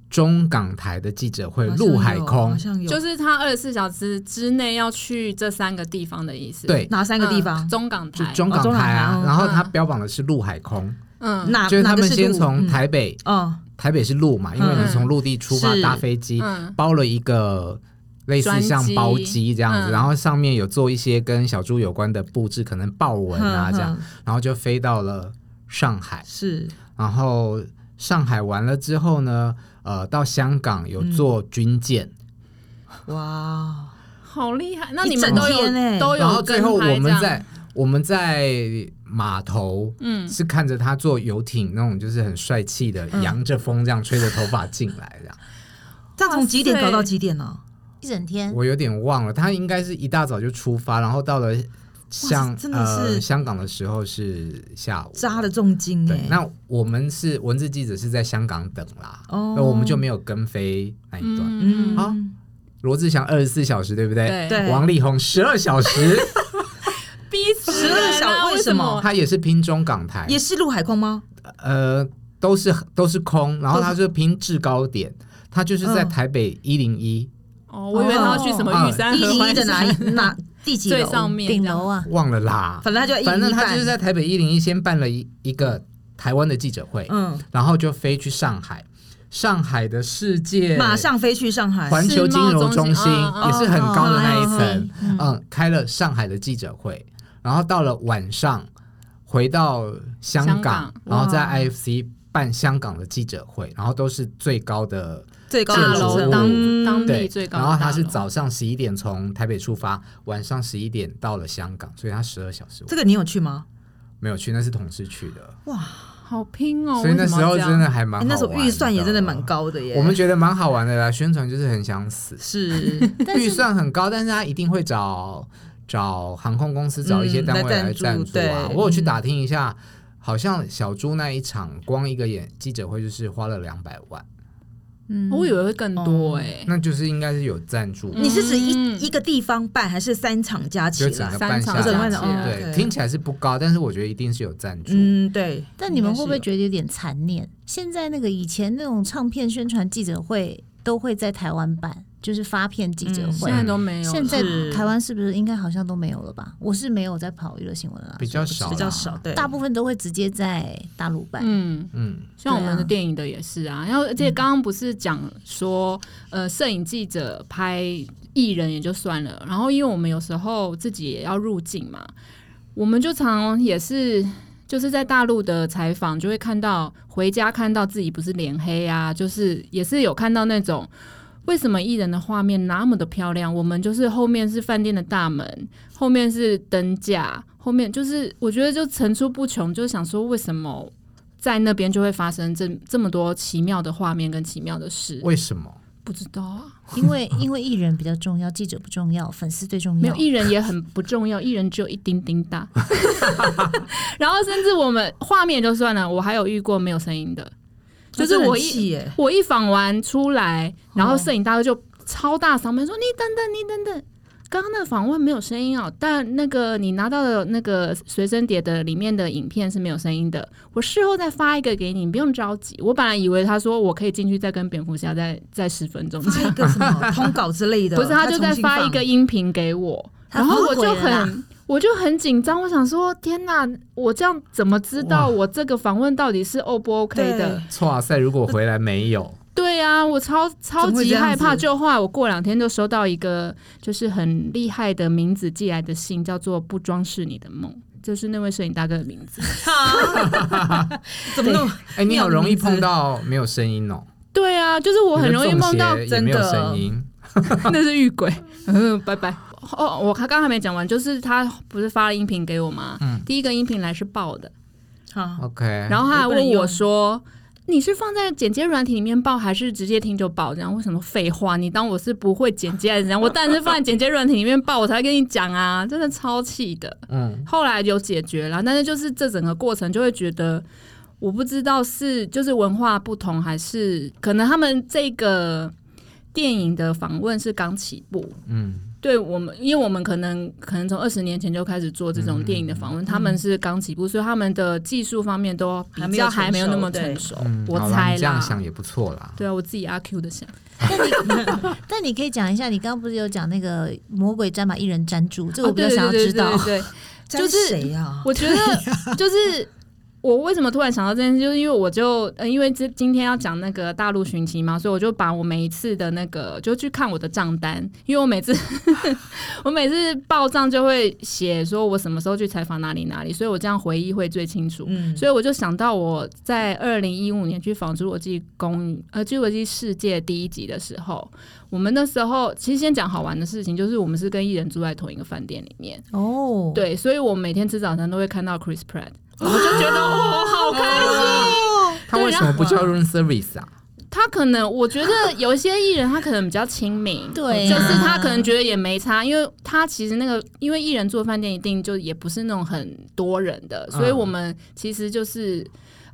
[SPEAKER 4] 中港台的记者会，
[SPEAKER 3] 好像
[SPEAKER 4] 陆海
[SPEAKER 3] 有
[SPEAKER 4] 空
[SPEAKER 3] 好。像有，
[SPEAKER 6] 就是他二十四小时之内要去这三个地方的意思。
[SPEAKER 4] 对
[SPEAKER 6] 嗯，
[SPEAKER 3] 哪三个地方？
[SPEAKER 6] 中港
[SPEAKER 4] 就
[SPEAKER 6] 台，
[SPEAKER 4] 中港
[SPEAKER 3] 哦中港
[SPEAKER 4] 台
[SPEAKER 3] 台
[SPEAKER 4] 啊
[SPEAKER 3] 哦，
[SPEAKER 4] 然后
[SPEAKER 6] 嗯
[SPEAKER 4] 他标榜的是陆海空，
[SPEAKER 6] 嗯
[SPEAKER 3] 哪
[SPEAKER 4] 就是
[SPEAKER 3] 哪
[SPEAKER 4] 他
[SPEAKER 3] 个
[SPEAKER 4] 们
[SPEAKER 3] 是
[SPEAKER 4] 先
[SPEAKER 3] 路
[SPEAKER 4] 从
[SPEAKER 3] 嗯
[SPEAKER 4] 台北，
[SPEAKER 3] 哦，
[SPEAKER 4] 台北是陆嘛，因为你
[SPEAKER 6] 嗯
[SPEAKER 4] 从陆地出发
[SPEAKER 3] 是
[SPEAKER 4] 搭飞机，
[SPEAKER 6] 嗯
[SPEAKER 4] 包了一个类似像包机这样
[SPEAKER 6] 专
[SPEAKER 4] 子，
[SPEAKER 6] 机嗯
[SPEAKER 4] 然后上面有做一些跟小猪有关的布置，可能豹纹啊
[SPEAKER 3] 哼
[SPEAKER 6] 嗯
[SPEAKER 4] 这样
[SPEAKER 3] 哼，
[SPEAKER 4] 然后就飞到了上海，
[SPEAKER 3] 是
[SPEAKER 4] 然后上海完了之后呢，呃，到香港
[SPEAKER 6] 嗯
[SPEAKER 4] 有做军舰。
[SPEAKER 3] 哇，
[SPEAKER 6] 好厉害！那
[SPEAKER 3] 一
[SPEAKER 6] 你们
[SPEAKER 3] 整
[SPEAKER 6] 都有
[SPEAKER 3] 天欸
[SPEAKER 6] 都有跟拍这样，
[SPEAKER 4] 然后最后我们在我们在码头，
[SPEAKER 6] 嗯
[SPEAKER 4] 是看着他坐游艇那种，就是很帅气的，
[SPEAKER 3] 嗯
[SPEAKER 4] 扬着风这样吹着头发进来这样。
[SPEAKER 3] 这样从几点
[SPEAKER 6] 哇塞
[SPEAKER 3] 搞到几点呢？
[SPEAKER 5] 一整
[SPEAKER 3] 嗯
[SPEAKER 5] 天，
[SPEAKER 4] 我有点忘了，他应该是一大早就出发，然后到了香
[SPEAKER 3] 真的
[SPEAKER 4] 呃
[SPEAKER 3] 是
[SPEAKER 4] 香港的时候是下午啊
[SPEAKER 3] 扎了。重金
[SPEAKER 4] 对
[SPEAKER 3] 哎，，
[SPEAKER 4] 那我们是文字记者是在香港等啦，
[SPEAKER 3] 哦
[SPEAKER 4] 那我们就没有跟飞那一段。
[SPEAKER 6] 嗯，
[SPEAKER 4] 好，罗志祥二十四小时，对不对？
[SPEAKER 6] 对
[SPEAKER 3] 对
[SPEAKER 4] 王力宏十二小
[SPEAKER 3] [laughs]
[SPEAKER 4] 时，
[SPEAKER 6] 逼死
[SPEAKER 3] 十二
[SPEAKER 6] 人啊
[SPEAKER 3] 小
[SPEAKER 6] 为
[SPEAKER 3] 为什么？
[SPEAKER 4] 他也是拼中港台，
[SPEAKER 3] 也是陆海空吗？
[SPEAKER 4] 呃，都是都是空，然后
[SPEAKER 3] 都是
[SPEAKER 4] 他就拼制高点，他就是在
[SPEAKER 3] 嗯
[SPEAKER 4] 台北一零一，
[SPEAKER 6] 哦，我以为他要去什么玉山
[SPEAKER 3] 一
[SPEAKER 6] 合
[SPEAKER 3] 零一
[SPEAKER 6] 欢
[SPEAKER 3] 的哪
[SPEAKER 6] 山
[SPEAKER 3] 一哪
[SPEAKER 6] [laughs]
[SPEAKER 3] 第几
[SPEAKER 6] 最
[SPEAKER 3] 楼？
[SPEAKER 6] 上面
[SPEAKER 5] 顶
[SPEAKER 6] 这样
[SPEAKER 5] 楼啊，
[SPEAKER 4] 忘了啦。
[SPEAKER 3] 反正他就一
[SPEAKER 4] 反正
[SPEAKER 3] 零一
[SPEAKER 4] 他
[SPEAKER 3] 半
[SPEAKER 4] 就是在台北一零一先办了一一个台湾的记者会，
[SPEAKER 3] 嗯，
[SPEAKER 4] 然后就飞去上海，上海的世界
[SPEAKER 3] 马上飞去上海，
[SPEAKER 4] 环球金融中
[SPEAKER 6] 世
[SPEAKER 4] 心
[SPEAKER 6] 贸中心
[SPEAKER 4] 也是很高的那一层
[SPEAKER 5] 哦，
[SPEAKER 4] 嗯开了上海的记者会，然后到了晚上回到香港，
[SPEAKER 6] 香港
[SPEAKER 4] 然后在
[SPEAKER 3] 哇
[SPEAKER 4] IFC 办香港的记者会，然后都是最高的。
[SPEAKER 3] 最高
[SPEAKER 6] 大
[SPEAKER 3] 的
[SPEAKER 4] 建
[SPEAKER 6] 楼
[SPEAKER 4] 筑物
[SPEAKER 6] 当当地
[SPEAKER 4] 对
[SPEAKER 6] 最，高的
[SPEAKER 4] 然
[SPEAKER 6] 大楼，
[SPEAKER 4] 后他是早上十一点从台北出发，晚上十一点到了香港，所以他十二小时。
[SPEAKER 3] 这个你有去吗？
[SPEAKER 4] 没有去，那是同事去的。
[SPEAKER 3] 哇，
[SPEAKER 6] 好拼哦！
[SPEAKER 4] 所以那
[SPEAKER 6] 为什么
[SPEAKER 4] 时
[SPEAKER 6] 要
[SPEAKER 4] 候
[SPEAKER 6] 这样
[SPEAKER 4] 真的还蛮
[SPEAKER 3] 哎
[SPEAKER 4] 好玩
[SPEAKER 3] 那时候预算也真的蛮高的耶。
[SPEAKER 4] 我们觉得蛮好玩的啦。宣传就是很想
[SPEAKER 3] [laughs]
[SPEAKER 6] [laughs]
[SPEAKER 4] 死，
[SPEAKER 3] 是
[SPEAKER 5] 但
[SPEAKER 4] 预
[SPEAKER 5] 是
[SPEAKER 4] 算很高，但是他一定会找找航空公司找一些
[SPEAKER 3] 嗯
[SPEAKER 4] 单位
[SPEAKER 3] 来赞
[SPEAKER 4] 来赞
[SPEAKER 3] 助
[SPEAKER 4] 助啊。
[SPEAKER 3] 对嗯
[SPEAKER 4] 我有去打听一下，好像小猪那一场光一个演记者会就是花了两百万，
[SPEAKER 5] 嗯哦
[SPEAKER 6] 我以为会更多哎、
[SPEAKER 4] 那就是应该是有赞助。
[SPEAKER 3] 你是指
[SPEAKER 6] 嗯
[SPEAKER 3] 一一个地方办，还是三场加起
[SPEAKER 4] 就整个
[SPEAKER 3] 来？
[SPEAKER 4] 办下
[SPEAKER 3] 场
[SPEAKER 6] 三
[SPEAKER 4] 来，
[SPEAKER 3] 整个办下来
[SPEAKER 4] 对，
[SPEAKER 3] 哦
[SPEAKER 4] 听起来是不高，但是我觉得一定是有赞助。
[SPEAKER 3] 嗯，对。
[SPEAKER 5] 但你们会不会
[SPEAKER 3] 应该是有
[SPEAKER 5] 觉得有点残念？现在那个以前那种唱片宣传记者会都会在台湾办，就是发片记者会
[SPEAKER 6] 现。在都没有了，
[SPEAKER 5] 现在
[SPEAKER 3] 是
[SPEAKER 5] 台湾是不是应该好像都没有了吧？我是没有在跑娱乐新闻了啦，
[SPEAKER 4] 比较少啦
[SPEAKER 3] 比较少？对，
[SPEAKER 5] 大部分都会直接在大陆办。
[SPEAKER 6] 嗯，
[SPEAKER 4] 嗯，
[SPEAKER 6] 像我们的电影的也是啊，然后而
[SPEAKER 5] 嗯
[SPEAKER 6] 且刚刚不是讲说，呃，摄影记者拍艺人也就算了，然后因为我们有时候自己也要入境嘛，我们就常也是就是在大陆的采访就会看到，回家看到自己不是脸黑啊，就是也是有看到那种。为什么艺人的画面那么的漂亮？我们就是后面是饭店的大门，后面是灯架，后面就是我觉得就层出不穷，就是想说为什么在那边就会发生这这么多奇妙的画面跟奇妙的事？
[SPEAKER 4] 为什么？
[SPEAKER 6] 不知道啊，
[SPEAKER 5] 因为因为艺人比较重要，记者不重要，粉丝最重
[SPEAKER 6] 没
[SPEAKER 5] 要
[SPEAKER 6] 有。艺人也很不重要，艺人只有一丁
[SPEAKER 3] [laughs]
[SPEAKER 6] 丁大。然后甚至我们画面也就算了，我还有遇过没有声音的，就是
[SPEAKER 3] 哦那真的
[SPEAKER 6] 我
[SPEAKER 3] 很气
[SPEAKER 6] 一
[SPEAKER 3] 耶，
[SPEAKER 6] 我一访完出来，然后摄影大哥就超大嗓门说：“你等等，你等等。”刚刚那个访问没有声音哦，但那个你拿到的那个随身碟的里面的影片是没有声音的。我事后再发一个给你，你不用着急。我本来以为他说我可以进去再跟蝙蝠侠再再十分钟这
[SPEAKER 3] 发一
[SPEAKER 6] 样，
[SPEAKER 3] 个什么通稿之类的，
[SPEAKER 6] 不是他就
[SPEAKER 3] 再
[SPEAKER 6] 再发一个音频给我，
[SPEAKER 5] 他
[SPEAKER 6] 然后我
[SPEAKER 5] 后悔
[SPEAKER 6] 就
[SPEAKER 5] 了啦
[SPEAKER 6] 很我就很紧张，我想说天哪，我这样怎么知道我这个访问到底是 O 不 OK 的
[SPEAKER 3] 对？
[SPEAKER 4] 哇塞！啊如果回来没有，
[SPEAKER 6] 对啊，我超超
[SPEAKER 3] 怎么会
[SPEAKER 6] 级
[SPEAKER 3] 这样
[SPEAKER 6] 害怕。
[SPEAKER 3] 子
[SPEAKER 6] 就后来我过两天就收到一个就是很厉害的名字寄来的信，叫做“不装饰你的梦”，就是那位摄影大哥的名字。
[SPEAKER 3] 怎么弄？
[SPEAKER 4] [laughs] 哎、你
[SPEAKER 3] 妙
[SPEAKER 4] 好
[SPEAKER 3] 的
[SPEAKER 4] 容易
[SPEAKER 3] 名字
[SPEAKER 4] 碰到没有声音哦，
[SPEAKER 6] 对啊，就是我很容易梦到
[SPEAKER 4] 你的中邪也
[SPEAKER 3] 真
[SPEAKER 4] 没有
[SPEAKER 3] 的
[SPEAKER 4] 声音，
[SPEAKER 6] [laughs] 那是遇鬼。嗯，拜拜。哦，我刚刚还没讲完，就是他不是发了音频给我吗？
[SPEAKER 3] 嗯
[SPEAKER 6] 第一个音频来是爆的，
[SPEAKER 3] 好，
[SPEAKER 4] OK，
[SPEAKER 6] 哦然
[SPEAKER 4] 后
[SPEAKER 6] 后他还
[SPEAKER 3] 我不能
[SPEAKER 6] 问
[SPEAKER 3] 用
[SPEAKER 6] 我说：“你是放在剪接软体里面报，还是直接听就报？”这样为什么废话？你当我是不会剪接还是怎样？我当然是放在剪接软体里面报，我才跟你讲啊！真的超气的。
[SPEAKER 4] 嗯，
[SPEAKER 6] 后来有解决了，但是就是这整个过程就会觉得。我不知道是就是文化不同，还是可能他们这个电影的访问是刚起步，
[SPEAKER 4] 嗯，
[SPEAKER 6] 对我们，因为我们可能可能从二十年前就开始做这种
[SPEAKER 4] 嗯
[SPEAKER 6] 电影的访问，他
[SPEAKER 5] 嗯
[SPEAKER 6] 们是刚起步，所以他们的技术方面都比
[SPEAKER 3] 还没有
[SPEAKER 6] 较
[SPEAKER 3] 成熟
[SPEAKER 6] 还没有那么成熟，
[SPEAKER 4] 嗯
[SPEAKER 6] 我
[SPEAKER 4] 好啦
[SPEAKER 6] 猜
[SPEAKER 4] 你这样
[SPEAKER 6] 啦
[SPEAKER 4] 想。也不错啦。
[SPEAKER 6] 对啊，我自己阿 Q 的想，
[SPEAKER 5] 但你可以讲一下，你刚刚不是有讲那个魔鬼粘把艺人粘住，这个
[SPEAKER 6] 哦
[SPEAKER 5] 我比较想要知道。
[SPEAKER 6] 对对对对对对
[SPEAKER 3] 就是谁啊呀？
[SPEAKER 6] 我觉
[SPEAKER 5] [laughs]
[SPEAKER 6] 得就是我为什么突然想到这件事，就是因为我就呃，因为今今天要讲那个大陆寻奇嘛，所以我就把我每一次的那个就去看我的账单，因为我
[SPEAKER 4] [laughs]
[SPEAKER 6] 每次 [laughs] 我每次报账就会写说我什么时候去采访哪里哪里，所以我这样回忆会最清楚。
[SPEAKER 3] 嗯，
[SPEAKER 6] 所以我就想到我在二零一五年去仿《侏罗纪公寓》呃《侏罗纪世界》第一集的时候，我们那时候其实先讲好玩的事情，就是我们是跟艺人住在同一个饭店里面，
[SPEAKER 5] 哦，
[SPEAKER 6] 对，所以我每天吃早餐都会看到 Chris Pratt，我就觉得哦，好开心。
[SPEAKER 4] 他为什么不叫 room service 啊？
[SPEAKER 6] 他可能我觉得有一些艺人他可能比较亲民，
[SPEAKER 5] [laughs] 对啊
[SPEAKER 6] 就是他可能觉得也没差，因为他其实那个因为艺人做饭店一定就也不是那种很多人的，所以我们其实就是。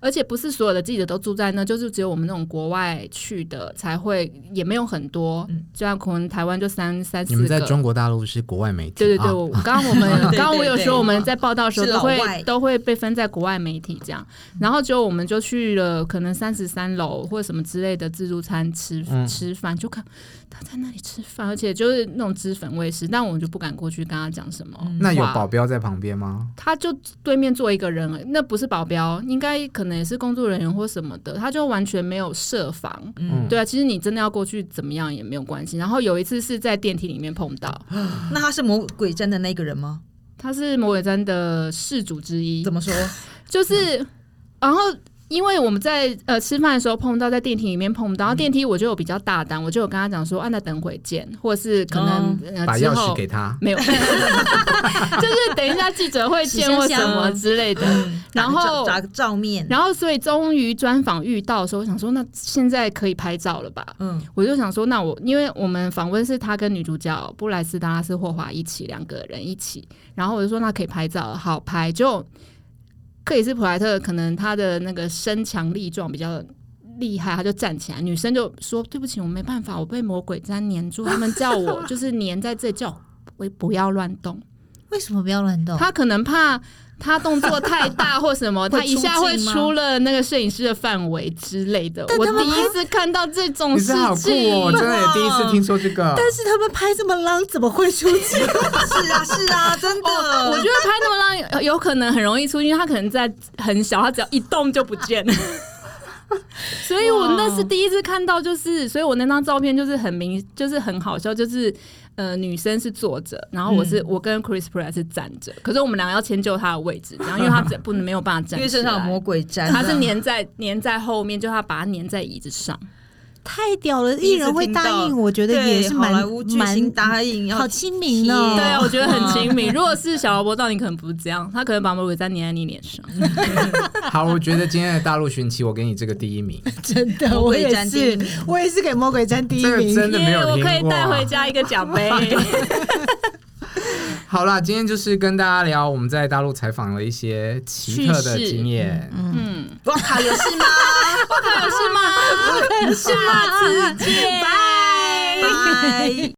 [SPEAKER 6] 而且不是所有的记者都住在那，就是只有我们那种国外去的才会，也没有很多，就像可能台湾就三三四
[SPEAKER 4] 嗯你
[SPEAKER 6] 个。
[SPEAKER 4] 们在中国大陆是国外媒体，
[SPEAKER 6] 对对对，
[SPEAKER 4] 啊
[SPEAKER 6] 我刚刚我们
[SPEAKER 3] [laughs] 对对对
[SPEAKER 6] 刚刚我有说我们在报道的时候
[SPEAKER 3] 是
[SPEAKER 6] 都
[SPEAKER 3] 老
[SPEAKER 6] 会
[SPEAKER 3] 外
[SPEAKER 6] 都会被分在国外媒体这样，然后就我们就去了可能三十三楼或者什么之类的自助餐吃
[SPEAKER 4] 嗯
[SPEAKER 6] 吃饭，就看他在那里吃饭，而且就是那种脂粉味食，但我们就不敢过去跟他讲什
[SPEAKER 3] 嗯
[SPEAKER 6] 么。
[SPEAKER 4] 那有
[SPEAKER 6] 话
[SPEAKER 4] 保镖在旁边吗？
[SPEAKER 6] 他就对面坐一个人，那不是保镖，应该可能也是工作人员或什么的，他就完全没有设防。
[SPEAKER 4] 嗯
[SPEAKER 6] 对啊，其实你真的要过去怎么样也没有关系。然后有一次是在电梯里面碰到，
[SPEAKER 3] 那他是魔鬼战的那个人吗？
[SPEAKER 6] 他是魔鬼毡的事主之一
[SPEAKER 3] 怎，么说？
[SPEAKER 6] 就是然后。因为我们在呃吃饭的时候碰到，在电梯里面碰
[SPEAKER 4] 嗯
[SPEAKER 6] 到，然后电梯我就有比较大胆，我就有跟他讲说，啊，那等会见，或者是可能、呃、
[SPEAKER 4] 哦把
[SPEAKER 6] 之
[SPEAKER 4] 钥匙
[SPEAKER 6] 后
[SPEAKER 4] 给他，
[SPEAKER 6] 没有， [laughs] 就是等一下记者会见或什么之类的。嗯然后，
[SPEAKER 3] 照照面，
[SPEAKER 6] 然后所以终于专访遇到的时候，我想说，那现在可以拍照了吧？
[SPEAKER 3] 嗯，
[SPEAKER 6] 我就想说，那我因为我们访问是他跟女主角布莱斯·达拉斯·霍华一起两个人一起，然后我就说那可以拍照了，好拍。就克里斯·普莱特可能他的那个身强力壮比较。厉害，他就站起来。女生就说：“对不起，我没办法，我被魔鬼粘黏住，他们叫我就是黏在这里，叫我不要乱动。”
[SPEAKER 5] 为什么不要乱
[SPEAKER 4] 嗯
[SPEAKER 5] 动？
[SPEAKER 6] 他可能怕他动作太大或什么，
[SPEAKER 5] 会
[SPEAKER 6] 他一下
[SPEAKER 5] 出
[SPEAKER 6] 会
[SPEAKER 5] 镜吗
[SPEAKER 6] 出了那个摄影师的范围之类的。我第一次看到这种
[SPEAKER 4] 你
[SPEAKER 6] 事
[SPEAKER 4] 是好酷
[SPEAKER 6] 情，
[SPEAKER 4] 哦，真的也第一次听说
[SPEAKER 6] [laughs]
[SPEAKER 4] 这个。
[SPEAKER 5] 但是他们拍这么浪，怎么会出镜？
[SPEAKER 3] 是啊是啊，真的，
[SPEAKER 6] [laughs] 哦我觉得拍那么浪 [laughs] 呃有可能很容易出，因为他可能在很小，他只要一动就不见 [laughs] 了。所以我那是第一次看到，就是，所以我那张照片就是很明，就是很好笑，就是呃，女生是坐着，然后我
[SPEAKER 4] 嗯
[SPEAKER 6] 是、我跟 Chris p r a t t 是站着，可是我们两个要迁就他的位置，然后因为他只不能没有办法站
[SPEAKER 3] 因
[SPEAKER 6] 起来，
[SPEAKER 4] 嗯
[SPEAKER 3] 为身上有魔鬼粘，
[SPEAKER 6] 它是粘在粘在后面，就它把它粘在椅子上。
[SPEAKER 5] 太屌了！艺人会答
[SPEAKER 3] 第一次听
[SPEAKER 5] 应，
[SPEAKER 3] 到
[SPEAKER 5] 我觉得
[SPEAKER 3] 对
[SPEAKER 5] 也是
[SPEAKER 3] 好莱
[SPEAKER 5] 蛮
[SPEAKER 3] 坞巨星
[SPEAKER 5] 蛮
[SPEAKER 3] 答应要
[SPEAKER 5] 好亲民哦。
[SPEAKER 3] 贴
[SPEAKER 4] 嗯
[SPEAKER 6] 对啊，我觉得很亲民。如果是小萝卜到，你可能不是这样，他可能把魔鬼粘在你脸上。
[SPEAKER 4] 好，我觉得今天的大陆寻奇，我给你这个第
[SPEAKER 6] [laughs]
[SPEAKER 4] 一名，
[SPEAKER 5] 真的，
[SPEAKER 3] 魔
[SPEAKER 5] 我
[SPEAKER 3] 鬼
[SPEAKER 5] 也
[SPEAKER 3] 战第一
[SPEAKER 5] 是
[SPEAKER 3] 名，
[SPEAKER 5] 我也是给魔鬼战第一
[SPEAKER 4] 这个
[SPEAKER 5] 名。
[SPEAKER 4] 真的没有
[SPEAKER 6] 我
[SPEAKER 4] 听过啊。
[SPEAKER 6] 可以带回家一个奖
[SPEAKER 4] [laughs]
[SPEAKER 6] 杯。
[SPEAKER 4] 好啦，今天就是跟大家聊我们在大陆采访了一些奇特的经验。
[SPEAKER 6] 嗯，
[SPEAKER 3] 哇靠，有事吗？
[SPEAKER 6] 还有是吗？是吗？子健。
[SPEAKER 3] 拜。